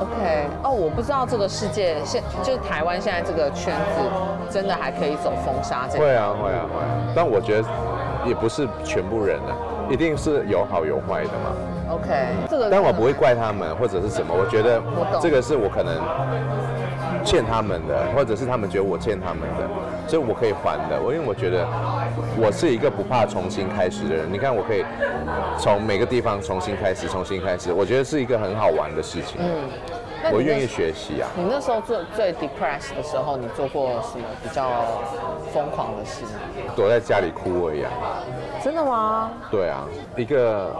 [SPEAKER 2] ？OK，哦，我不知道这个世界现就是台湾现在这个圈子真的还可以走封杀这个。
[SPEAKER 3] 会啊会啊会啊，但我觉得也不是全部人啊，一定是有好有坏的嘛。
[SPEAKER 2] OK，这个
[SPEAKER 3] 但我不会怪他们或者是什啊么，我觉得
[SPEAKER 2] 我懂
[SPEAKER 3] 这个是我可能欠他们的，或者是他们觉得我欠他们的，所以我可以还的。我因为我觉得我是一个不怕重新开始的人，你看我可以从每个地方重新开始，重新开始，我觉得是一个很好玩的事情，
[SPEAKER 2] 那你
[SPEAKER 3] 我
[SPEAKER 2] 那
[SPEAKER 3] 愿意
[SPEAKER 2] 时
[SPEAKER 3] 学习啊。
[SPEAKER 2] 你那时候最最 depressed 的时候，你做过什么比较疯狂的事？
[SPEAKER 3] 躲在家里哭而已啊。
[SPEAKER 2] 真的吗？
[SPEAKER 3] 对啊，一个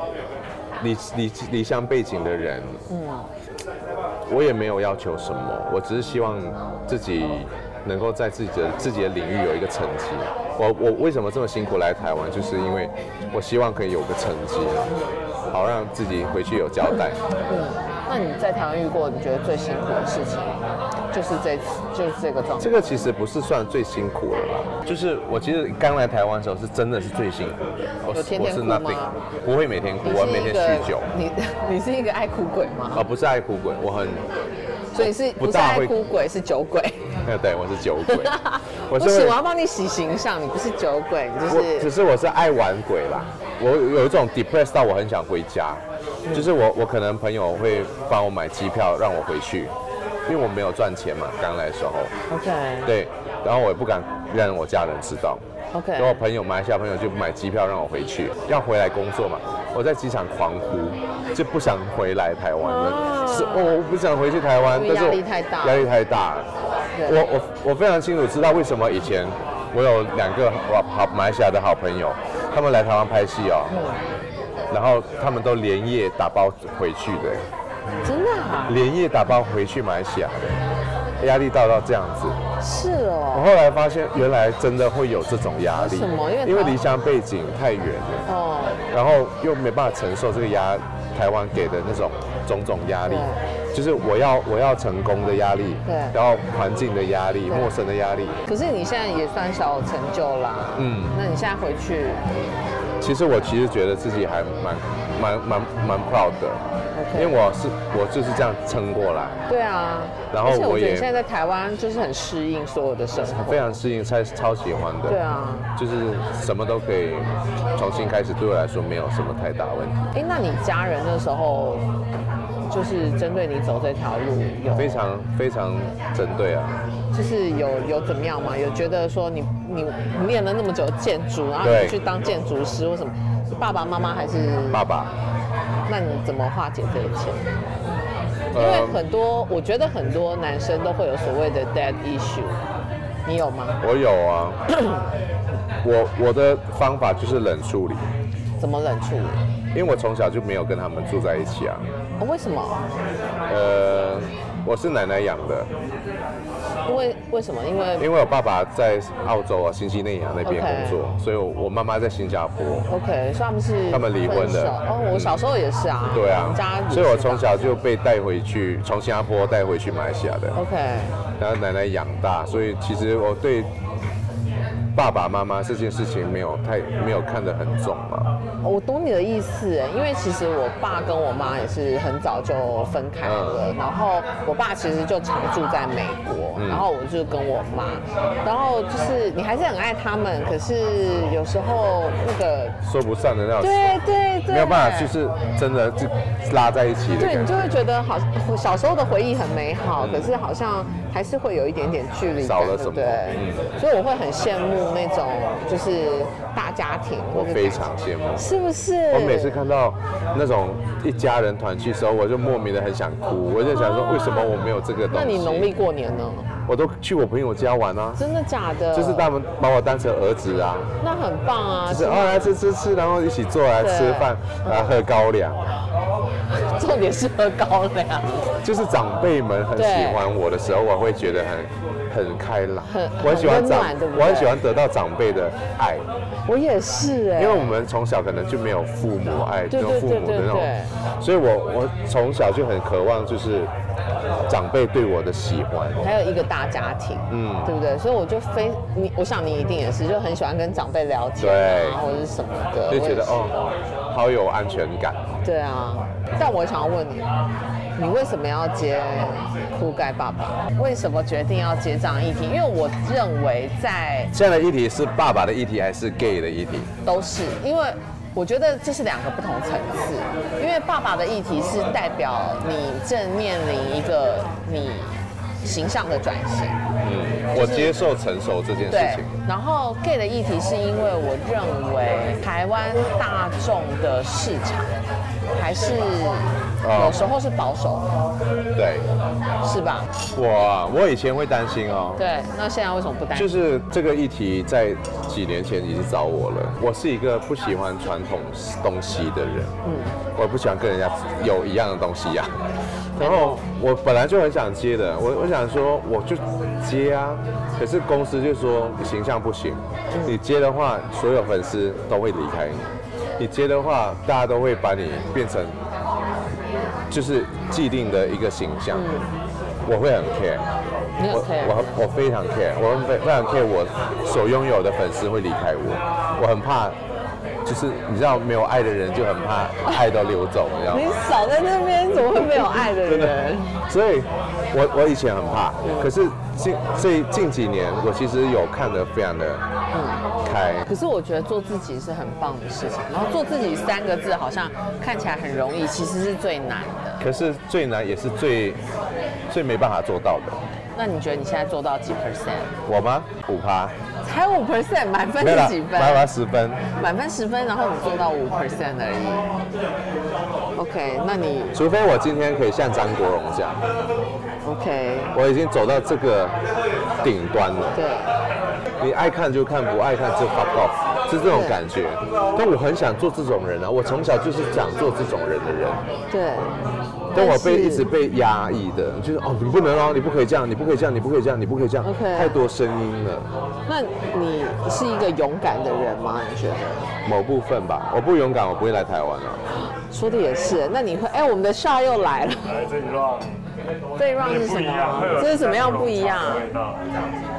[SPEAKER 3] 离离离乡背景的人，嗯，我也没有要求什么，我只是希望自己能够在自己的自己的领域有一个成绩。我我为什么这么辛苦来台湾，就是因为我希望可以有个成绩，好让自己回去有交代。
[SPEAKER 2] 那你在台湾遇过你觉得最辛苦的事情，就是这次，就是这个状
[SPEAKER 3] 这
[SPEAKER 2] 态。
[SPEAKER 3] 个其实不是算最辛苦的啦，就是我其实刚来台湾的时候是真的是最辛苦的，我
[SPEAKER 2] 有
[SPEAKER 3] 是
[SPEAKER 2] 天
[SPEAKER 3] 我
[SPEAKER 2] 天
[SPEAKER 3] 是
[SPEAKER 2] 哭吗
[SPEAKER 3] nothing，不会每天哭，
[SPEAKER 2] 你
[SPEAKER 3] 我
[SPEAKER 2] 是
[SPEAKER 3] 每
[SPEAKER 2] 一
[SPEAKER 3] 天
[SPEAKER 2] 个
[SPEAKER 3] 酗酒。
[SPEAKER 2] 你你是一个爱哭鬼吗？
[SPEAKER 3] 啊，不是爱哭鬼，我很，
[SPEAKER 2] 所以是
[SPEAKER 3] 不
[SPEAKER 2] 不是
[SPEAKER 3] 大
[SPEAKER 2] 爱
[SPEAKER 3] 会
[SPEAKER 2] 哭鬼是酒 鬼？，
[SPEAKER 3] 呃，对，我是酒鬼
[SPEAKER 2] 不
[SPEAKER 3] 是
[SPEAKER 2] 行，我要帮你洗形象，你不是酒鬼，你就
[SPEAKER 3] 我
[SPEAKER 2] 是
[SPEAKER 3] 只是我是爱玩鬼啦，我有一种 depressed 到我很想回家，就是我我可能朋友会帮我买机票让我回去，因为我没有赚钱嘛，刚来的时候，
[SPEAKER 2] OK
[SPEAKER 3] 对，然后我也不敢让我家人知道，然后我
[SPEAKER 2] OK。
[SPEAKER 3] 朋友马来西亚朋友就买机票让我回去，要回来工作嘛，我在机场狂哭，就不想回来台湾
[SPEAKER 2] 啊
[SPEAKER 3] 了，是哦，我不想回去台湾，
[SPEAKER 2] 因为
[SPEAKER 3] 但是
[SPEAKER 2] 压
[SPEAKER 3] 我
[SPEAKER 2] 力太大
[SPEAKER 3] 压力太大了。
[SPEAKER 2] 对
[SPEAKER 3] 我我我非常清楚知道为什么以前我有两个好好马来西亚的好朋友，他们来台湾拍戏哦，
[SPEAKER 2] 嗯
[SPEAKER 3] 然后他们都连夜打包回去的，
[SPEAKER 2] 真的啊？
[SPEAKER 3] 连夜打包回去马来西亚的。压力大到这样子。
[SPEAKER 2] 是
[SPEAKER 3] 我
[SPEAKER 2] 哦，
[SPEAKER 3] 后来发现，原来真的会有这种压力。
[SPEAKER 2] 为什么因为
[SPEAKER 3] 因为
[SPEAKER 2] 台
[SPEAKER 3] 离乡背景太远了，
[SPEAKER 2] 哦，
[SPEAKER 3] 然后又没办法承受这个压，台湾给的那种种种压力，就是我要我要成功的压力，
[SPEAKER 2] 对
[SPEAKER 3] 然后环境的压力、
[SPEAKER 2] 对
[SPEAKER 3] 陌生的压力。
[SPEAKER 2] 可是你现在也算小有成就啦，
[SPEAKER 3] 嗯
[SPEAKER 2] 那你现在回去
[SPEAKER 3] 其实我其实觉得自己还蛮蛮蛮蛮 proud 的，因
[SPEAKER 2] ，OK？
[SPEAKER 3] 为我是我就是这样撑过来，
[SPEAKER 2] 对啊，
[SPEAKER 3] 然后
[SPEAKER 2] 而且我
[SPEAKER 3] 我
[SPEAKER 2] 觉得
[SPEAKER 3] 也
[SPEAKER 2] 你现在在台湾就是很适应所有的生活，
[SPEAKER 3] 非常适应，超超喜欢的。
[SPEAKER 2] 对啊。
[SPEAKER 3] 就是什么都可以重新开始，对我来说没有什么太大问题，
[SPEAKER 2] 哎，那你家人那时候就是针对你走这条路有
[SPEAKER 3] 非常非常针对啊。
[SPEAKER 2] 就是有有怎么样嘛？有觉得说你你你练了那么久建筑，然后
[SPEAKER 3] 对
[SPEAKER 2] 你去当建筑师或什么？爸爸妈妈还是
[SPEAKER 3] 爸爸，
[SPEAKER 2] 那你怎么化解这一切？因为
[SPEAKER 3] 呃，
[SPEAKER 2] 很多，我觉得很多男生都会有所谓的 dad issue，你有吗？
[SPEAKER 3] 我有啊，我我的方法就是冷处理，
[SPEAKER 2] 怎么冷处理？
[SPEAKER 3] 因为我从小就没有跟他们住在一起啊，
[SPEAKER 2] 哦为什么？
[SPEAKER 3] 呃，我是奶奶养的，
[SPEAKER 2] 因为为什么？因为
[SPEAKER 3] 因为我爸爸在澳洲啊，新几内亚那边
[SPEAKER 2] OK
[SPEAKER 3] 工作所以我我妈妈在新加坡。
[SPEAKER 2] OK，所以他们是
[SPEAKER 3] 他们离婚了
[SPEAKER 2] 分手哦，我小时候也是啊。
[SPEAKER 3] 对
[SPEAKER 2] 我
[SPEAKER 3] 啊
[SPEAKER 2] 们家也，是
[SPEAKER 3] 所以我从
[SPEAKER 2] 吧
[SPEAKER 3] 小就被带回去，从新加坡带回去马来西亚的。
[SPEAKER 2] OK，
[SPEAKER 3] 然后奶奶养大，所以其实我对爸爸妈妈这件事情没有太没有看得很重啊嘛。
[SPEAKER 2] 我懂你的意思，因为其实我爸跟我妈也是很早就分开了，然后我爸其实就常住在美国，
[SPEAKER 3] 嗯
[SPEAKER 2] 然后我就跟我妈，然后就是你还是很爱他们，可是有时候那个，
[SPEAKER 3] 说不上的那种，
[SPEAKER 2] 对对对，
[SPEAKER 3] 没有办法，就是真的就拉在一起的
[SPEAKER 2] 对，
[SPEAKER 3] 感
[SPEAKER 2] 你就
[SPEAKER 3] 觉。
[SPEAKER 2] 会觉得好，小时候的回忆很美好，
[SPEAKER 3] 嗯
[SPEAKER 2] 可是好像还是会有一点点距离感，
[SPEAKER 3] 少了
[SPEAKER 2] 对
[SPEAKER 3] 什么嗯
[SPEAKER 2] 不对？所以我会很羡慕那种就是大家庭，
[SPEAKER 3] 我非常羡慕。
[SPEAKER 2] 是不是？
[SPEAKER 3] 我每次看到那种一家人团聚的时候，我就莫名的很想哭，我就想说为什么我没有这个东
[SPEAKER 2] 那
[SPEAKER 3] 西？
[SPEAKER 2] 你农历过年呢？
[SPEAKER 3] 我都去我朋友家玩啊，
[SPEAKER 2] 真的假的？
[SPEAKER 3] 就是他们把我当成儿子啊，
[SPEAKER 2] 那很棒哦啊！嗯
[SPEAKER 3] 就是哦来吃吃吃，然后一起坐来吃饭，来喝高粱。啊
[SPEAKER 2] 重点是喝高 粱，
[SPEAKER 3] 就是长辈们很喜欢我的时候，我会觉得很很开朗，
[SPEAKER 2] 很
[SPEAKER 3] 我喜欢
[SPEAKER 2] 很温
[SPEAKER 3] 长
[SPEAKER 2] 暖对不，对
[SPEAKER 3] 我很喜欢得到长辈的爱，
[SPEAKER 2] 我也是哎、
[SPEAKER 3] 因为我们从小可能就没有父母爱，
[SPEAKER 2] 对
[SPEAKER 3] 没
[SPEAKER 2] 对
[SPEAKER 3] 有父
[SPEAKER 2] 对
[SPEAKER 3] 母
[SPEAKER 2] 对
[SPEAKER 3] 的那种
[SPEAKER 2] 对，
[SPEAKER 3] 所以我我从小就很渴望就是长辈对我的喜欢，
[SPEAKER 2] 还有一个大家庭，嗯
[SPEAKER 3] 嗯，
[SPEAKER 2] 对不对？所以我就非你，我想你一定也是，就很喜欢跟长辈聊天
[SPEAKER 3] 对
[SPEAKER 2] 啊，或者是什么的，
[SPEAKER 3] 就觉
[SPEAKER 2] 我也
[SPEAKER 3] 得
[SPEAKER 2] 是，
[SPEAKER 3] 哦，好有安全感。
[SPEAKER 2] 对啊。但我想要问你，你为什么要接酷盖爸爸？为什么决定要接这样议题？因为我认为在
[SPEAKER 3] 现在的议题是爸爸的议题还是 gay 的议题？
[SPEAKER 2] 都是，因为我觉得这是两个不同层次。因为爸爸的议题是代表你正面临一个你形象的转型，
[SPEAKER 3] 嗯，我接受成熟这件事
[SPEAKER 2] 对
[SPEAKER 3] 情。。
[SPEAKER 2] 然后 gay 的议题是因为我认为台湾大众的市场还是
[SPEAKER 3] 哦
[SPEAKER 2] 有时候是保守，
[SPEAKER 3] 对，
[SPEAKER 2] 是吧？
[SPEAKER 3] 我啊我以前会担心哦，
[SPEAKER 2] 对。那现在为什么不担
[SPEAKER 3] 就
[SPEAKER 2] 心？
[SPEAKER 3] 是这个议题在几年前已经找我了。我是一个不喜欢传统东西的人，嗯，我不喜欢跟人家有一样的东西呀、
[SPEAKER 2] 嗯
[SPEAKER 3] 然后我本来就很想接的，我我想说我就接啊，可是公司就说形象不行，
[SPEAKER 2] 嗯
[SPEAKER 3] 你接的话所有粉丝都会离开你，你接的话大家都会把你变成就是既定的一个形象，我会很 care。
[SPEAKER 2] 嗯你有
[SPEAKER 3] 我
[SPEAKER 2] care
[SPEAKER 3] 我我非常 care，我非非常 care 我所拥有的粉丝会离开我，我很怕，就是你知道没有爱的人就很怕爱都流走，你知道吗
[SPEAKER 2] 你？少在那边，怎么 会没有爱的
[SPEAKER 3] 真的
[SPEAKER 2] 人？
[SPEAKER 3] 所以我我以前很怕，可是近这近几年我其实有看得非常的开，
[SPEAKER 2] 可是我觉得做自己是很棒的事情，然后做自己三个字好像看起来很容易，其实是最难的。
[SPEAKER 3] 可是最难也是最最没办法做到的，
[SPEAKER 2] 那你觉得你现在做到几 percent？
[SPEAKER 3] 我吗？五趴，
[SPEAKER 2] 才五 percent，满分
[SPEAKER 3] 没有
[SPEAKER 2] 是
[SPEAKER 3] 啦
[SPEAKER 2] 几，分？
[SPEAKER 3] 八八十分，
[SPEAKER 2] 满分十分，然后你做到五 percent 而已。OK，那你
[SPEAKER 3] 除非我今天可以像张国荣这样，
[SPEAKER 2] OK？
[SPEAKER 3] 我已经走到这个顶端了。
[SPEAKER 2] 对，
[SPEAKER 3] 你爱看就看，不爱看就 fuck off。是这种感觉。但我很想做这种人啊，我从小就是想做这种人的人，
[SPEAKER 2] 对，
[SPEAKER 3] 但我被
[SPEAKER 2] 是
[SPEAKER 3] 一直被压抑的，就是哦，你不能哦，你不可以这样，你不可以这样，你不可以这样，你不可以这样
[SPEAKER 2] OK
[SPEAKER 3] 太多声音了。
[SPEAKER 2] 那你是一个勇敢的人吗？你觉得？
[SPEAKER 3] 某部分吧，我不勇敢，我不会来台湾啊了。
[SPEAKER 2] 说的也是。那你会哎、我们的 shot 又来了，
[SPEAKER 4] 来这一段
[SPEAKER 2] 这一 round 是
[SPEAKER 4] 也不
[SPEAKER 2] 什
[SPEAKER 4] 一样，会
[SPEAKER 2] 么？啊
[SPEAKER 4] 有
[SPEAKER 2] 这是怎么样不一样啊
[SPEAKER 4] 的味道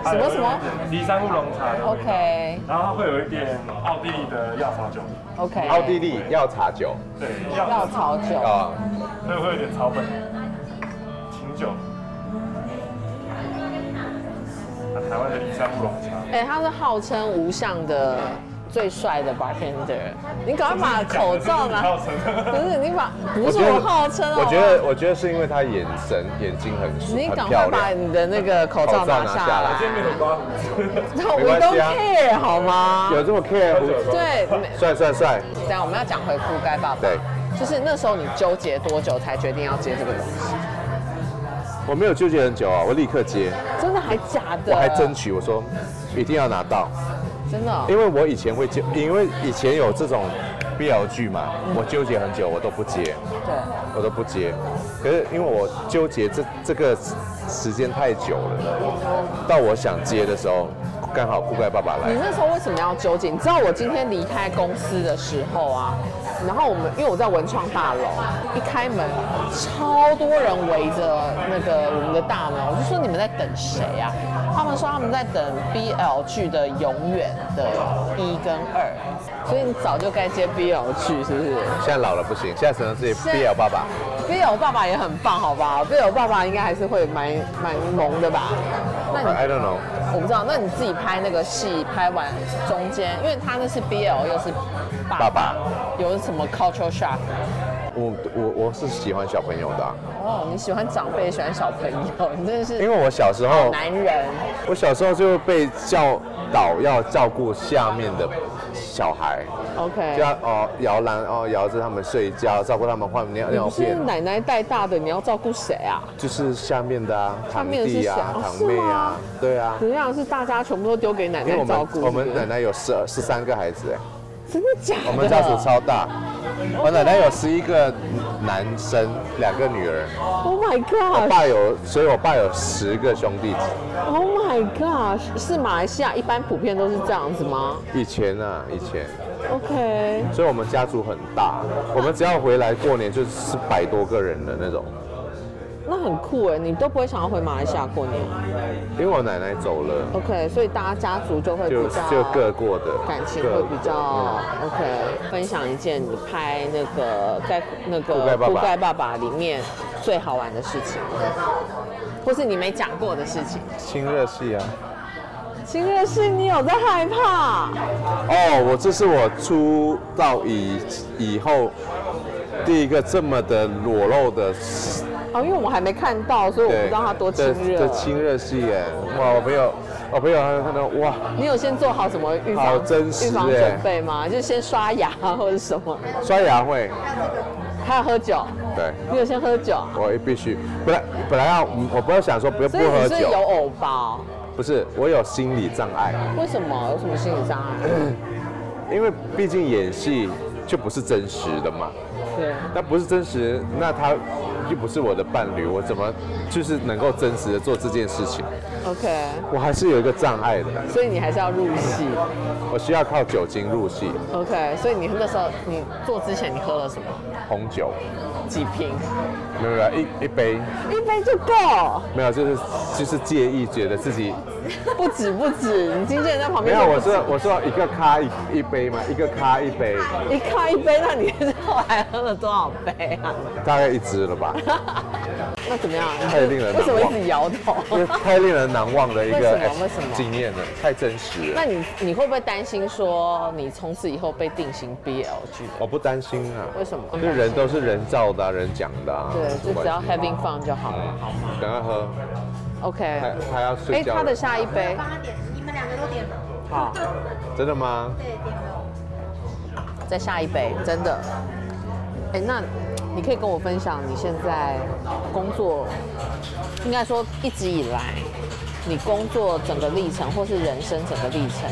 [SPEAKER 2] 什么什么？
[SPEAKER 4] 离山乌龙茶的味道
[SPEAKER 2] ？OK
[SPEAKER 4] 然后它会有一点奥地利的药草酒，
[SPEAKER 2] OK，
[SPEAKER 3] 奥地利药茶酒
[SPEAKER 4] 对，
[SPEAKER 2] 药
[SPEAKER 4] 药
[SPEAKER 2] 草
[SPEAKER 4] 草，
[SPEAKER 2] 酒，
[SPEAKER 3] 啊，
[SPEAKER 4] 所以会有点草本清酒。啊台湾的离山乌龙茶，
[SPEAKER 2] 哎、他是号称无上的最帅的 bartender，你赶快把口罩啊拿。 不是你把，不是我号称哦。
[SPEAKER 3] 我觉得，我觉得是因为他眼神、眼睛很
[SPEAKER 2] 你
[SPEAKER 3] 很
[SPEAKER 2] 赶快
[SPEAKER 3] 漂
[SPEAKER 2] 把
[SPEAKER 3] 亮。
[SPEAKER 2] 你的那个口罩拿
[SPEAKER 3] 口罩拿
[SPEAKER 2] 下
[SPEAKER 3] 下
[SPEAKER 4] 今
[SPEAKER 2] 来
[SPEAKER 3] 来。
[SPEAKER 4] 天没有刮胡子，
[SPEAKER 2] 那 we
[SPEAKER 3] 没关
[SPEAKER 2] don't
[SPEAKER 3] 系啊
[SPEAKER 2] care 好吗？
[SPEAKER 3] 有这么 care 胡子？
[SPEAKER 2] 对，没
[SPEAKER 3] 帅帅帅！
[SPEAKER 2] 等一下我们要讲回覆盖爸爸。
[SPEAKER 3] 对，
[SPEAKER 2] 就是那时候你纠结多久才决定要接这个东西？
[SPEAKER 3] 我没有纠结很久啊，我立刻接，
[SPEAKER 2] 真的还假的？
[SPEAKER 3] 我还争取，我说一定要拿到，
[SPEAKER 2] 真的哦、
[SPEAKER 3] 因为我以前会接，因为以前有这种 BL 剧嘛，我纠结很久，我都不接，
[SPEAKER 2] 对，
[SPEAKER 3] 我都不接。可是因为我纠结这这个时间太久了，到我想接的时候，刚好覆盖爸爸来
[SPEAKER 2] 你。那时候为什么要纠结？你知道我今天离开公司的时候啊，然后我们因为我在文创大楼，一开门超多人围着那个我们的大门，我就说你们在等谁啊？他们说他们在等 BL 剧的《永远》的一跟二，所以你早就该接 BL 剧是不是？
[SPEAKER 3] 现在老了不行，现在只能自己 BL 爸爸。
[SPEAKER 2] 贝尔爸爸也很棒，好不好？贝尔爸爸应该还是会蛮蛮萌的吧？那你
[SPEAKER 3] I don't know。
[SPEAKER 2] 我不知道，那你自己拍那个戏拍完中间，因为他那是 BL 又是爸
[SPEAKER 3] 爸爸
[SPEAKER 2] 有什么 cultural shock？
[SPEAKER 3] 我我我是喜欢小朋友的啊、
[SPEAKER 2] 哦，你喜欢长辈，喜欢小朋友，你真的
[SPEAKER 3] 因
[SPEAKER 2] 是
[SPEAKER 3] 为我小时候，
[SPEAKER 2] 男人。
[SPEAKER 3] 我小时候就被教导要照顾下面的小孩，就
[SPEAKER 2] OK，
[SPEAKER 3] 要哦摇篮哦摇着他们睡觉，照顾他们换尿
[SPEAKER 2] 你
[SPEAKER 3] 尿
[SPEAKER 2] 不是
[SPEAKER 3] 片，
[SPEAKER 2] 奶奶带大的，你要照顾谁啊？
[SPEAKER 3] 就是下面的啊，
[SPEAKER 2] 下
[SPEAKER 3] 堂
[SPEAKER 2] 面的是
[SPEAKER 3] 弟
[SPEAKER 2] 小
[SPEAKER 3] 啊
[SPEAKER 2] 哦、
[SPEAKER 3] 堂妹啊，对啊。
[SPEAKER 2] 怎样是大家全部都丢给奶
[SPEAKER 3] 因为
[SPEAKER 2] 奶
[SPEAKER 3] 我
[SPEAKER 2] 照
[SPEAKER 3] 们
[SPEAKER 2] 顾？
[SPEAKER 3] 我们
[SPEAKER 2] 是不是
[SPEAKER 3] 奶奶有十二十三个孩子哎，
[SPEAKER 2] 真的假的？
[SPEAKER 3] 我们家族超大，
[SPEAKER 2] 哦
[SPEAKER 3] 我奶奶有十一个男生，两个女儿，
[SPEAKER 2] Oh my
[SPEAKER 3] 我
[SPEAKER 2] god！
[SPEAKER 3] 爸有，所以我爸有十个兄弟姐
[SPEAKER 2] Oh my god！是马来西亚一般普遍都是这样子吗
[SPEAKER 3] 以前啊，以前，
[SPEAKER 2] ？OK，
[SPEAKER 3] 所以我们家族很大，我们只要回来过年就是百多个人的那种。
[SPEAKER 2] 那很酷哎，你都不会想要回马来西亚过年
[SPEAKER 3] 因为我奶奶走了，
[SPEAKER 2] ？OK，所以大家家族就会比
[SPEAKER 3] 就
[SPEAKER 2] 较
[SPEAKER 3] 就各过的
[SPEAKER 2] 啊感情会比较
[SPEAKER 3] 各嗯
[SPEAKER 2] OK。分享一件你拍那个盖那个
[SPEAKER 3] 覆盖爸爸
[SPEAKER 2] 盖爸爸里面最好玩的事情，或是你没讲过的事情。
[SPEAKER 3] 亲热戏啊。
[SPEAKER 2] 亲热是你有在害怕？
[SPEAKER 3] 哦，我这是我出道以以后第一个这么的裸露的，
[SPEAKER 2] 哦，因为我们还没看到，所以我不知道他多亲
[SPEAKER 3] 的
[SPEAKER 2] 热
[SPEAKER 3] 的。亲热戏耶！哇，我朋友，我朋友他看到哇，
[SPEAKER 2] 你有先做好什么预
[SPEAKER 3] 好
[SPEAKER 2] 防
[SPEAKER 3] 真实
[SPEAKER 2] 预防
[SPEAKER 3] 欸
[SPEAKER 2] 准备吗？就先刷牙或者什么？
[SPEAKER 3] 刷牙会，
[SPEAKER 2] 还有喝酒，
[SPEAKER 3] 对。
[SPEAKER 2] 你有先喝酒啊？
[SPEAKER 3] 我也必须，本来本来要，我不要想说不要不
[SPEAKER 2] 所以你
[SPEAKER 3] 喝
[SPEAKER 2] 是有
[SPEAKER 3] 酒，
[SPEAKER 2] 偶包？
[SPEAKER 3] 不是，我有心理障碍。
[SPEAKER 2] 为什么？有什么心理障碍？
[SPEAKER 3] 因为毕竟演戏就不是真实的嘛，
[SPEAKER 2] 对，
[SPEAKER 3] 那不是真实，那他又不是我的伴侣，我怎么就是能够真实的做这件事情？
[SPEAKER 2] ，OK，
[SPEAKER 3] 我还是有一个障碍的，
[SPEAKER 2] 所以你还是要入戏
[SPEAKER 3] 我需要靠酒精入戏，
[SPEAKER 2] ，OK，所以你那时候你做之前你喝了什么？
[SPEAKER 3] 红酒，
[SPEAKER 2] 几瓶？
[SPEAKER 3] 没有没有一一杯，
[SPEAKER 2] 一杯就够，
[SPEAKER 3] 没有就是就是介意，觉得自己
[SPEAKER 2] 不止不止。你经纪人在旁
[SPEAKER 3] 没
[SPEAKER 2] 边
[SPEAKER 3] 有，
[SPEAKER 2] 说
[SPEAKER 3] 我
[SPEAKER 2] 不止，
[SPEAKER 3] 是我说一个咖一一杯嘛，一个咖一杯，
[SPEAKER 2] 一看一杯，那你是后来喝了多少杯啊？
[SPEAKER 3] 大概一支了吧，
[SPEAKER 2] 那怎么样？
[SPEAKER 3] 太令人
[SPEAKER 2] 为什么
[SPEAKER 3] 难
[SPEAKER 2] 一
[SPEAKER 3] 忘
[SPEAKER 2] 直摇 头？
[SPEAKER 3] 因为太令人难忘的一个
[SPEAKER 2] 为什么为什么
[SPEAKER 3] 经验了，啊太真实了
[SPEAKER 2] 那。你你会不会担心说你从此以后被定型 BL 剧？
[SPEAKER 3] 我不担心啊，
[SPEAKER 2] 为什么
[SPEAKER 3] 因为人都是人造的、啊，人讲的、啊。
[SPEAKER 2] 对，就只要 having fun 就好了。
[SPEAKER 3] 好赶快喝，
[SPEAKER 2] OK。
[SPEAKER 3] 还
[SPEAKER 2] 哎、
[SPEAKER 3] 还要睡觉了。
[SPEAKER 2] 他的下一杯，
[SPEAKER 5] 八点，你们两个都点了，
[SPEAKER 2] 好，
[SPEAKER 3] 真的吗？
[SPEAKER 5] 对，点了。
[SPEAKER 2] 再下一杯，真的。哎、那你可以跟我分享你现在工作，应该说一直以来你工作整个历程，或是人生整个历程，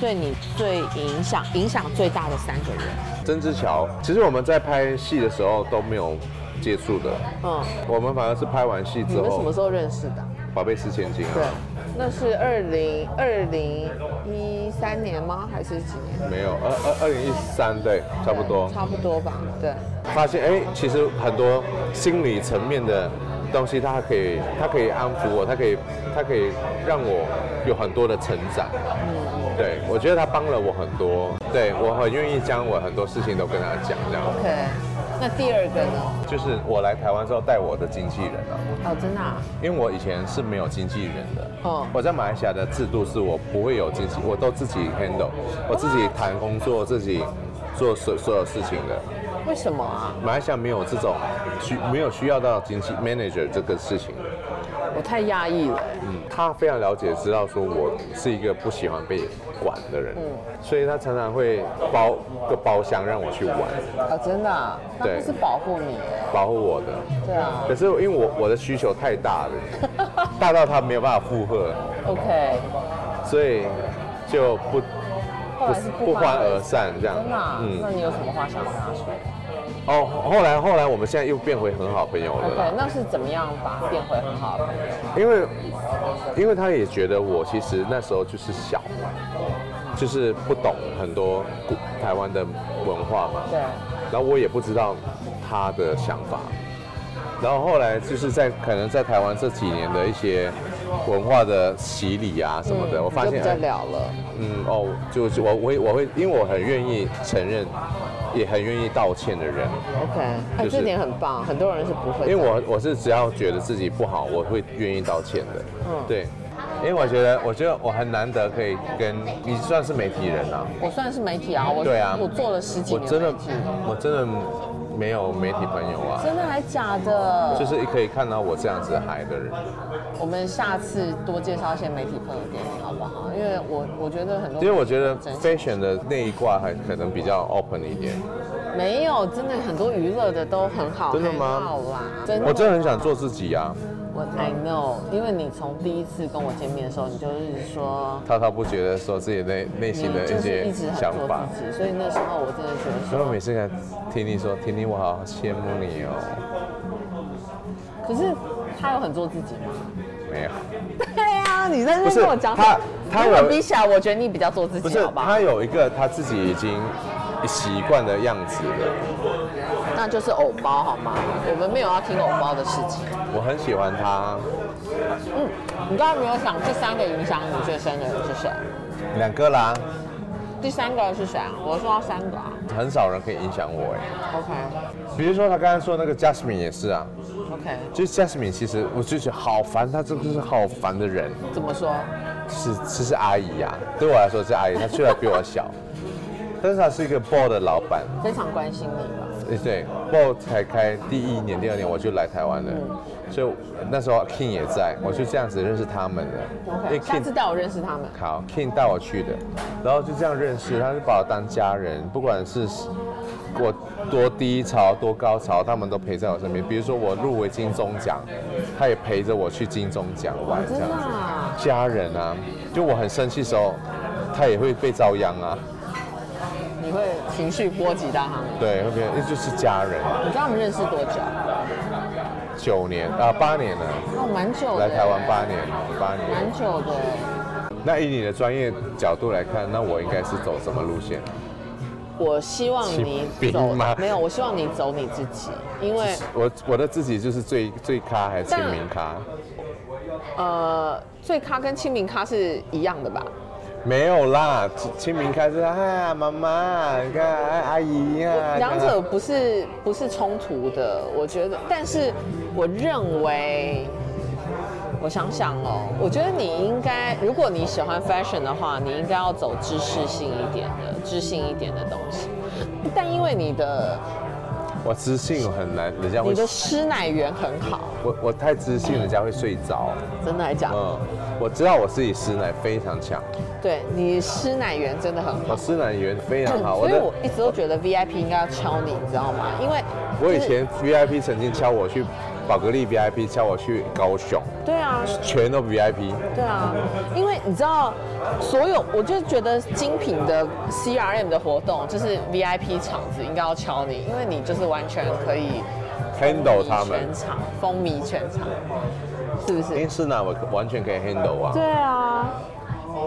[SPEAKER 2] 对你最影响影响最大的三个人？
[SPEAKER 3] 曾之乔，其实我们在拍戏的时候都没有接触的，
[SPEAKER 2] 嗯，
[SPEAKER 3] 我们反而是拍完戏
[SPEAKER 2] 你
[SPEAKER 3] 之
[SPEAKER 2] 们什么
[SPEAKER 3] 后，
[SPEAKER 2] 时候认识的？
[SPEAKER 3] 宝贝四千金
[SPEAKER 2] 对
[SPEAKER 3] 啊，，
[SPEAKER 2] 那是哦二零二零一三年吗？还是几年？
[SPEAKER 3] 没有，二二二零一三对，差不多
[SPEAKER 2] 对。差不多吧。对，
[SPEAKER 3] 发现哎，其实很多心理层面的东西，它可以，它可以安抚我，它可以，它可以让我有很多的成长。
[SPEAKER 2] 嗯
[SPEAKER 3] 对，我觉得他帮了我很多，对我很愿意将我很多事情都跟他讲，这样。
[SPEAKER 2] OK。那第二个呢？
[SPEAKER 3] 就是我来台湾之后带我的经纪人啊，
[SPEAKER 2] 哦，真的、啊，
[SPEAKER 3] 因为我以前是没有经纪人的。
[SPEAKER 2] 哦
[SPEAKER 3] 我在马来西亚的制度是我不会有经纪，我都自己 handle，我自己谈工作，自己做所所有事情的。
[SPEAKER 2] 为什么啊？
[SPEAKER 3] 马来西亚没有这种需没有需要到经济 manager 这个事情，
[SPEAKER 2] 我太压抑了。
[SPEAKER 3] 嗯，他非常了解，知道说我是一个不喜欢被管的人，所以他常常会包个包厢让我去玩，
[SPEAKER 2] 哦，真的、啊，那
[SPEAKER 3] 对
[SPEAKER 2] 不是保护你耶，
[SPEAKER 3] 保护我的。
[SPEAKER 2] 对啊
[SPEAKER 3] 可是因为我我的需求太大了，大到他没有办法负荷，
[SPEAKER 2] ，OK，
[SPEAKER 3] 所以就不
[SPEAKER 2] 后来是
[SPEAKER 3] 不
[SPEAKER 2] 不
[SPEAKER 3] 欢而散这样
[SPEAKER 2] 真的、啊，
[SPEAKER 3] 嗯
[SPEAKER 2] 那你有什么话想跟他说
[SPEAKER 3] 哦。后来后来我们现在又变回很好朋友了啦。
[SPEAKER 2] ？OK，那是怎么样把变回很好的朋友？
[SPEAKER 3] 因为，因为他也觉得我其实那时候就是小，就是不懂很多古台湾的文化嘛，
[SPEAKER 2] 对，
[SPEAKER 3] 然后我也不知道他的想法，然后后来就是在可能在台湾这几年的一些文化的洗礼啊什么的，
[SPEAKER 2] 嗯
[SPEAKER 3] 我发
[SPEAKER 2] 就
[SPEAKER 3] 现
[SPEAKER 2] 比较
[SPEAKER 3] 哎
[SPEAKER 2] 了了，
[SPEAKER 3] 嗯哦，就是我我会我会因为我很愿意承认，也很愿意道歉的人，
[SPEAKER 2] OK，哎、
[SPEAKER 3] 就是
[SPEAKER 2] 这点很棒，很多人是不会的。
[SPEAKER 3] 因为我我是只要觉得自己不好，我会愿意道歉的。
[SPEAKER 2] 嗯
[SPEAKER 3] 对，因为我觉得我觉得我很难得可以跟你算是媒体人啊，
[SPEAKER 2] 我算是媒体啊，我
[SPEAKER 3] 对啊，
[SPEAKER 2] 我做了十几
[SPEAKER 3] 我
[SPEAKER 2] 年
[SPEAKER 3] 真的
[SPEAKER 2] 媒体
[SPEAKER 3] 我真的没有媒体朋友啊，
[SPEAKER 2] 真的还假的？
[SPEAKER 3] 就是可以看到我这样子嗨的人，
[SPEAKER 2] 我们下次多介绍一些媒体朋友给你，好不好？因为我我觉得很多，
[SPEAKER 3] 因为我觉得
[SPEAKER 2] 真心
[SPEAKER 3] fashion 的那一挂还可能比较 open 一点。
[SPEAKER 2] 没有，真的很多娱乐的都很好，
[SPEAKER 3] 真的吗
[SPEAKER 2] 很好啦，真的。
[SPEAKER 3] 我真的很想做自己啊，
[SPEAKER 2] 我 I know，因为你从第一次跟我见面的时候，你就是说
[SPEAKER 3] 滔滔不绝的说自己内内
[SPEAKER 2] 你
[SPEAKER 3] 心的
[SPEAKER 2] 就
[SPEAKER 3] 一
[SPEAKER 2] 是
[SPEAKER 3] 些
[SPEAKER 2] 一直很
[SPEAKER 3] 想
[SPEAKER 2] 做
[SPEAKER 3] 法。
[SPEAKER 2] 自己，所以那时候我真的觉得
[SPEAKER 3] 所以我每
[SPEAKER 2] 说，
[SPEAKER 3] 次听你说，听你我好羡慕你哦，
[SPEAKER 2] 可是他有很做自己吗？
[SPEAKER 3] 没有。
[SPEAKER 2] 对啊，你在
[SPEAKER 3] 不
[SPEAKER 2] 这
[SPEAKER 3] 是
[SPEAKER 2] 跟我讲
[SPEAKER 3] 他他
[SPEAKER 2] 跟我
[SPEAKER 3] 有
[SPEAKER 2] 比起来，我觉得你比较做自
[SPEAKER 3] 不
[SPEAKER 2] 己，
[SPEAKER 3] 是
[SPEAKER 2] 好，吧？
[SPEAKER 3] 他有一个他自己已经习惯的样子了，
[SPEAKER 2] 那就是偶包好吗？我们没有要听偶包的事情。
[SPEAKER 3] 我很喜欢他。
[SPEAKER 2] 嗯，你刚刚没有想第三个影响你最深的人是谁？
[SPEAKER 3] 两个啦，
[SPEAKER 2] 第三个是谁啊？我说到三个啊。
[SPEAKER 3] 很少人可以影响我哎。
[SPEAKER 2] OK
[SPEAKER 3] 比如说他刚才说那个 Jasmine 也是啊，
[SPEAKER 2] OK，
[SPEAKER 3] 就是 Jasmine 其实我就觉得好烦，她真的是好烦的人，
[SPEAKER 2] 怎么说？
[SPEAKER 3] 是其实阿姨啊，对我来说是阿姨，她虽然比我小， 但是她是一个 b o 的老板，
[SPEAKER 2] 非常关心你吧。
[SPEAKER 3] 诶对 b o 才开第一年、第二年我就来台湾了，
[SPEAKER 2] 嗯
[SPEAKER 3] 所以那时候 King 也在，我就这样子认识他们的，因为
[SPEAKER 2] OK，下次带我认识他们。
[SPEAKER 3] 好，King 带我去的，然后就这样认识，他就把我当家人，不管是我多低潮多高潮，他们都陪在我身边。比如说我入围金钟奖，他也陪着我去金钟奖玩，这
[SPEAKER 2] 真
[SPEAKER 3] 样
[SPEAKER 2] 的
[SPEAKER 3] 子。
[SPEAKER 2] 啊、
[SPEAKER 3] 家人啊，就我很生气的时候，他也会被遭殃啊，
[SPEAKER 2] 你会情绪波及到他们。
[SPEAKER 3] 对，会变，就是家人。
[SPEAKER 2] 你知道我们认识多久？
[SPEAKER 3] 九年啊，八年了，
[SPEAKER 2] 哦，蛮久的。
[SPEAKER 3] 来台湾八，年，八年
[SPEAKER 2] 蛮。久的。
[SPEAKER 3] 那以你的专业角度来看，那我应该是走什么路线？
[SPEAKER 2] 我希望你
[SPEAKER 3] 骑
[SPEAKER 2] 走
[SPEAKER 3] 兵吗
[SPEAKER 2] 没有，我希望你走你自己，因为
[SPEAKER 3] 我我的自己就是最最咖还是亲民咖？
[SPEAKER 2] 呃，最咖跟清明咖是一样的吧？
[SPEAKER 3] 没有啦，清清明开始啊，妈妈，你看啊阿姨啊，
[SPEAKER 2] 两
[SPEAKER 3] 看
[SPEAKER 2] 者
[SPEAKER 3] 啊
[SPEAKER 2] 不是不是冲突的，我觉得，但是我认为，我想想哦，我觉得你应该，如果你喜欢 fashion 的话，你应该要走知识性一点的、知性一点的东西。但因为你的
[SPEAKER 3] 我知性我很难，人家
[SPEAKER 2] 你
[SPEAKER 3] 会
[SPEAKER 2] 的师奶缘很好，
[SPEAKER 3] 我我太知性，人家会睡着。
[SPEAKER 2] 真的来讲，
[SPEAKER 3] 嗯，我知道我自己师奶非常强，
[SPEAKER 2] 对你师奶缘真的很
[SPEAKER 3] 我
[SPEAKER 2] 好。
[SPEAKER 3] 师奶缘非常好。
[SPEAKER 2] 嗯所以
[SPEAKER 3] 的
[SPEAKER 2] 我一直都觉得 VIP 应该要敲你，你知道吗？因为
[SPEAKER 3] 我以
[SPEAKER 2] 就是
[SPEAKER 3] 前 VIP 曾经敲我去宝格丽 VIP 叫我去高雄，
[SPEAKER 2] 对啊，
[SPEAKER 3] 全都 VIP。
[SPEAKER 2] 对啊，因为你知道，所有我就觉得精品的 CRM 的活动，就是 VIP 场子应该要敲你，因为你就是完全可以
[SPEAKER 3] handle 他
[SPEAKER 2] 风靡
[SPEAKER 3] 们，
[SPEAKER 2] 全场风靡全场，是不
[SPEAKER 3] 因
[SPEAKER 2] 是？
[SPEAKER 3] 是呢，我完全可以 handle 啊。
[SPEAKER 2] 对啊，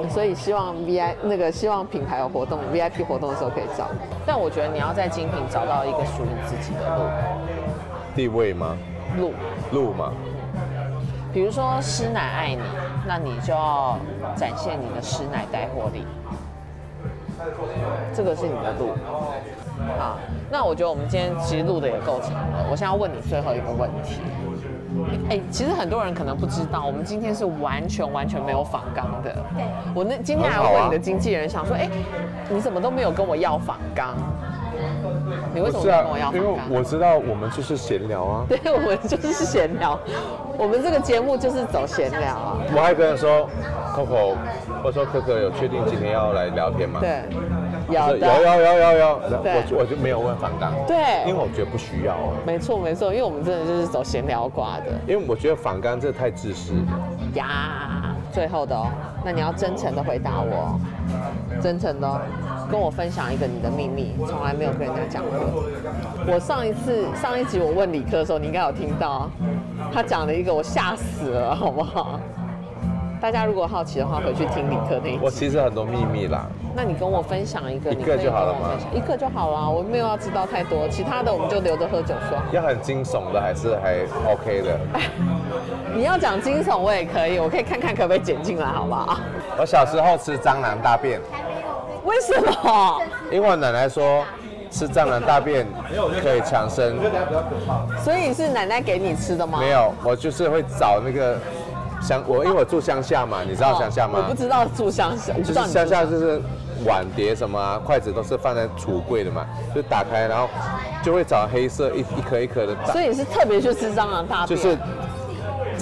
[SPEAKER 2] 所以希望 VIP 那个希望品牌有活动 VIP 活动的时候可以找我，但我觉得你要在精品找到一个属于自己的
[SPEAKER 3] 地位吗？
[SPEAKER 2] 路路。
[SPEAKER 3] 路吗？
[SPEAKER 2] 比如说师奶爱你，那你就要展现你的师奶带货力，这个是你的路。好，那我觉得我们今天其实录的也够长了，我现在要问你最后一个问题。哎、其实很多人可能不知道，我们今天是完全完全没有访纲的。对，我那今天还问你的经纪人，想说，哎、你怎么都没有跟我要访纲？你为什么没
[SPEAKER 3] 不是
[SPEAKER 2] 有
[SPEAKER 3] 啊
[SPEAKER 2] 跟我要，
[SPEAKER 3] 因
[SPEAKER 2] 访
[SPEAKER 3] 为
[SPEAKER 2] 纲？
[SPEAKER 3] 我知道我们就是闲聊啊。
[SPEAKER 2] 对，我们就是闲聊，我们这个节目就是走闲聊啊。
[SPEAKER 3] 我还跟他说，Coco，我说可可有确定今天要来聊天吗？
[SPEAKER 2] 对，
[SPEAKER 3] 他
[SPEAKER 2] 有的，
[SPEAKER 3] 说，有有有有有，
[SPEAKER 2] 对
[SPEAKER 3] 我就我就没有问反纲，
[SPEAKER 2] 对
[SPEAKER 3] 因为我觉得不需要啊，
[SPEAKER 2] 没错没错，因为我们真的就是走闲聊挂的
[SPEAKER 3] 因为我觉得反纲这太自私了。
[SPEAKER 2] 呀。最后的哦，那你要真诚的回答我哦，真诚的、哦，跟我分享一个你的秘密，从来没有跟人家讲过。我上一次上一集我问理科的时候，你应该有听到，他讲了一个我吓死了，好不好？大家如果好奇的话，回去听理科那一集。
[SPEAKER 3] 我其实很多秘密啦，
[SPEAKER 2] 那你跟我分享一个，
[SPEAKER 3] 一
[SPEAKER 2] 你可
[SPEAKER 3] 个
[SPEAKER 2] 以
[SPEAKER 3] 就
[SPEAKER 2] 跟
[SPEAKER 3] 好了
[SPEAKER 2] 我
[SPEAKER 3] 吗
[SPEAKER 2] 分享一个就好了，我没有要知道太多，其他的我们就留着喝酒说好。
[SPEAKER 3] 要很惊悚的还是还 OK 的。
[SPEAKER 2] 你要讲惊悚我也可以，我可以看看可不可以剪进来，好不好？
[SPEAKER 3] 我小时候吃蟑螂大便，
[SPEAKER 2] 为什么？
[SPEAKER 3] 因为我奶奶说吃蟑螂大便可以强身，
[SPEAKER 2] 所以是奶奶给你吃的吗？
[SPEAKER 3] 没有，我就是会找那个乡，我因为我住乡下嘛，你知道乡下吗？
[SPEAKER 2] 哦我不知道住乡下，我不
[SPEAKER 3] 就
[SPEAKER 2] 知
[SPEAKER 3] 是
[SPEAKER 2] 道你住
[SPEAKER 3] 乡下就是碗碟什么啊，筷子都是放在橱柜的嘛，就打开然后就会找黑色一一颗一颗的
[SPEAKER 2] 所
[SPEAKER 3] 大，
[SPEAKER 2] 以你是特别去吃蟑螂大
[SPEAKER 3] 就
[SPEAKER 2] 便，
[SPEAKER 3] 是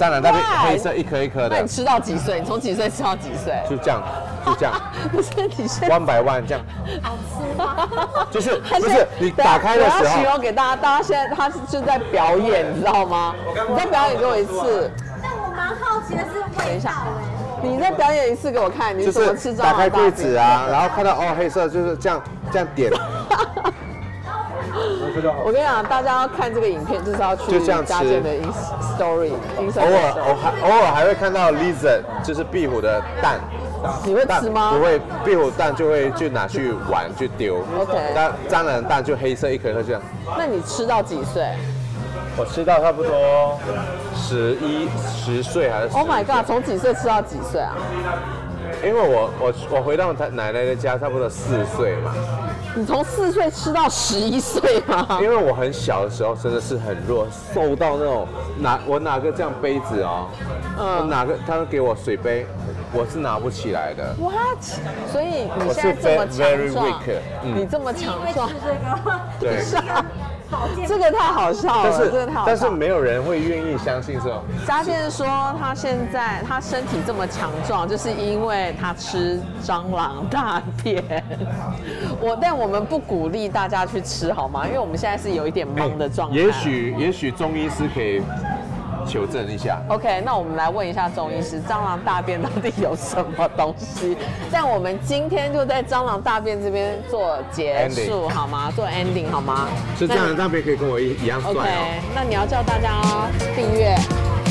[SPEAKER 3] 蟑螂大便
[SPEAKER 2] 哇
[SPEAKER 3] 黑色一颗一颗
[SPEAKER 2] 那
[SPEAKER 3] 的
[SPEAKER 2] 你，吃到几岁？你从几岁吃到几岁？
[SPEAKER 3] 就这样就这样
[SPEAKER 2] 不是你是
[SPEAKER 3] ，one by one 这样，
[SPEAKER 5] 好吃吗？
[SPEAKER 3] 就是
[SPEAKER 2] 他
[SPEAKER 3] 不
[SPEAKER 2] 现在
[SPEAKER 3] 是你打开的
[SPEAKER 2] 我
[SPEAKER 3] 时
[SPEAKER 2] 要形
[SPEAKER 3] 候，
[SPEAKER 2] 容给大家，大家现在他是就在表演，你知道吗？你再表演给我一次，
[SPEAKER 5] 但我蛮好奇的是
[SPEAKER 2] 等一
[SPEAKER 5] 味道
[SPEAKER 2] 下
[SPEAKER 5] 哎。
[SPEAKER 2] 你再表演一次给我看，你
[SPEAKER 3] 就
[SPEAKER 2] 怎么
[SPEAKER 3] 是
[SPEAKER 2] 吃蟑
[SPEAKER 3] 打
[SPEAKER 2] 螂大
[SPEAKER 3] 开
[SPEAKER 2] 便？
[SPEAKER 3] 柜子啊，然后看到哦黑色就是这样这样点，
[SPEAKER 2] 我跟你讲，大家要看这个影片，就是要去
[SPEAKER 3] 就这样吃
[SPEAKER 2] 家健的 ins story ins
[SPEAKER 3] 偶尔偶还偶尔还会看到 lizard 就是壁虎的蛋。
[SPEAKER 2] 你会
[SPEAKER 3] 蛋
[SPEAKER 2] 吃吗？
[SPEAKER 3] 不。会，壁虎蛋就会去拿去玩去丢。
[SPEAKER 2] OK
[SPEAKER 3] 那蟑螂蛋就黑色一颗一颗这样。
[SPEAKER 2] 那你吃到几岁
[SPEAKER 3] 我吃到差不多十一十岁还是
[SPEAKER 2] ？Oh my god！从几岁吃到几岁啊？
[SPEAKER 3] 因为我我我回到他奶奶的家差不多四岁嘛，
[SPEAKER 2] 你从四岁吃到十一岁吗？
[SPEAKER 3] 因为我很小的时候真的是很弱，瘦到那种拿我拿个这样杯子哦，我
[SPEAKER 2] 嗯。
[SPEAKER 3] 拿个他们给我水杯，我是拿不起来的。
[SPEAKER 2] What？所以你
[SPEAKER 3] 我
[SPEAKER 2] 现在
[SPEAKER 3] 是
[SPEAKER 2] 这么
[SPEAKER 3] very
[SPEAKER 2] 强壮
[SPEAKER 3] weak，，嗯
[SPEAKER 2] 你这么
[SPEAKER 5] 你
[SPEAKER 2] 强
[SPEAKER 5] 会
[SPEAKER 2] 壮
[SPEAKER 5] 吃，这个？
[SPEAKER 3] 对
[SPEAKER 5] 是啊，保健
[SPEAKER 2] 这个太好笑了，
[SPEAKER 3] 但
[SPEAKER 2] 真的
[SPEAKER 3] 是
[SPEAKER 2] 太好笑。
[SPEAKER 3] 但是没有人会愿意相信这种。
[SPEAKER 2] 嘉健说，他现在他身体这么强壮，就是因为他吃蟑螂大便。我，但我们不鼓励大家去吃，好吗？因为我们现在是有一点忙的状态。
[SPEAKER 3] 哎也许也许中医师可以求证一下。
[SPEAKER 2] OK，那我们来问一下钟医师，蟑螂大便到底有什么东西？但我们今天就在蟑螂大便这边做结束
[SPEAKER 3] Ending
[SPEAKER 2] 好吗？做 ending 好吗？
[SPEAKER 3] 是这样的，
[SPEAKER 2] 那
[SPEAKER 3] 大便可以跟我一一样
[SPEAKER 2] 你。
[SPEAKER 3] 算
[SPEAKER 2] OK，
[SPEAKER 3] 哦。
[SPEAKER 2] 那你要叫大家哦订阅。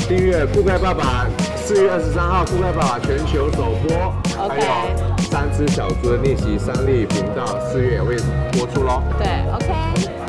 [SPEAKER 3] 订阅覆盖爸爸，四月二十三号覆盖爸爸全球首播
[SPEAKER 2] OK
[SPEAKER 3] 还有三只小猪的逆袭三立频道，四月也会播出喽。
[SPEAKER 2] 对，OK，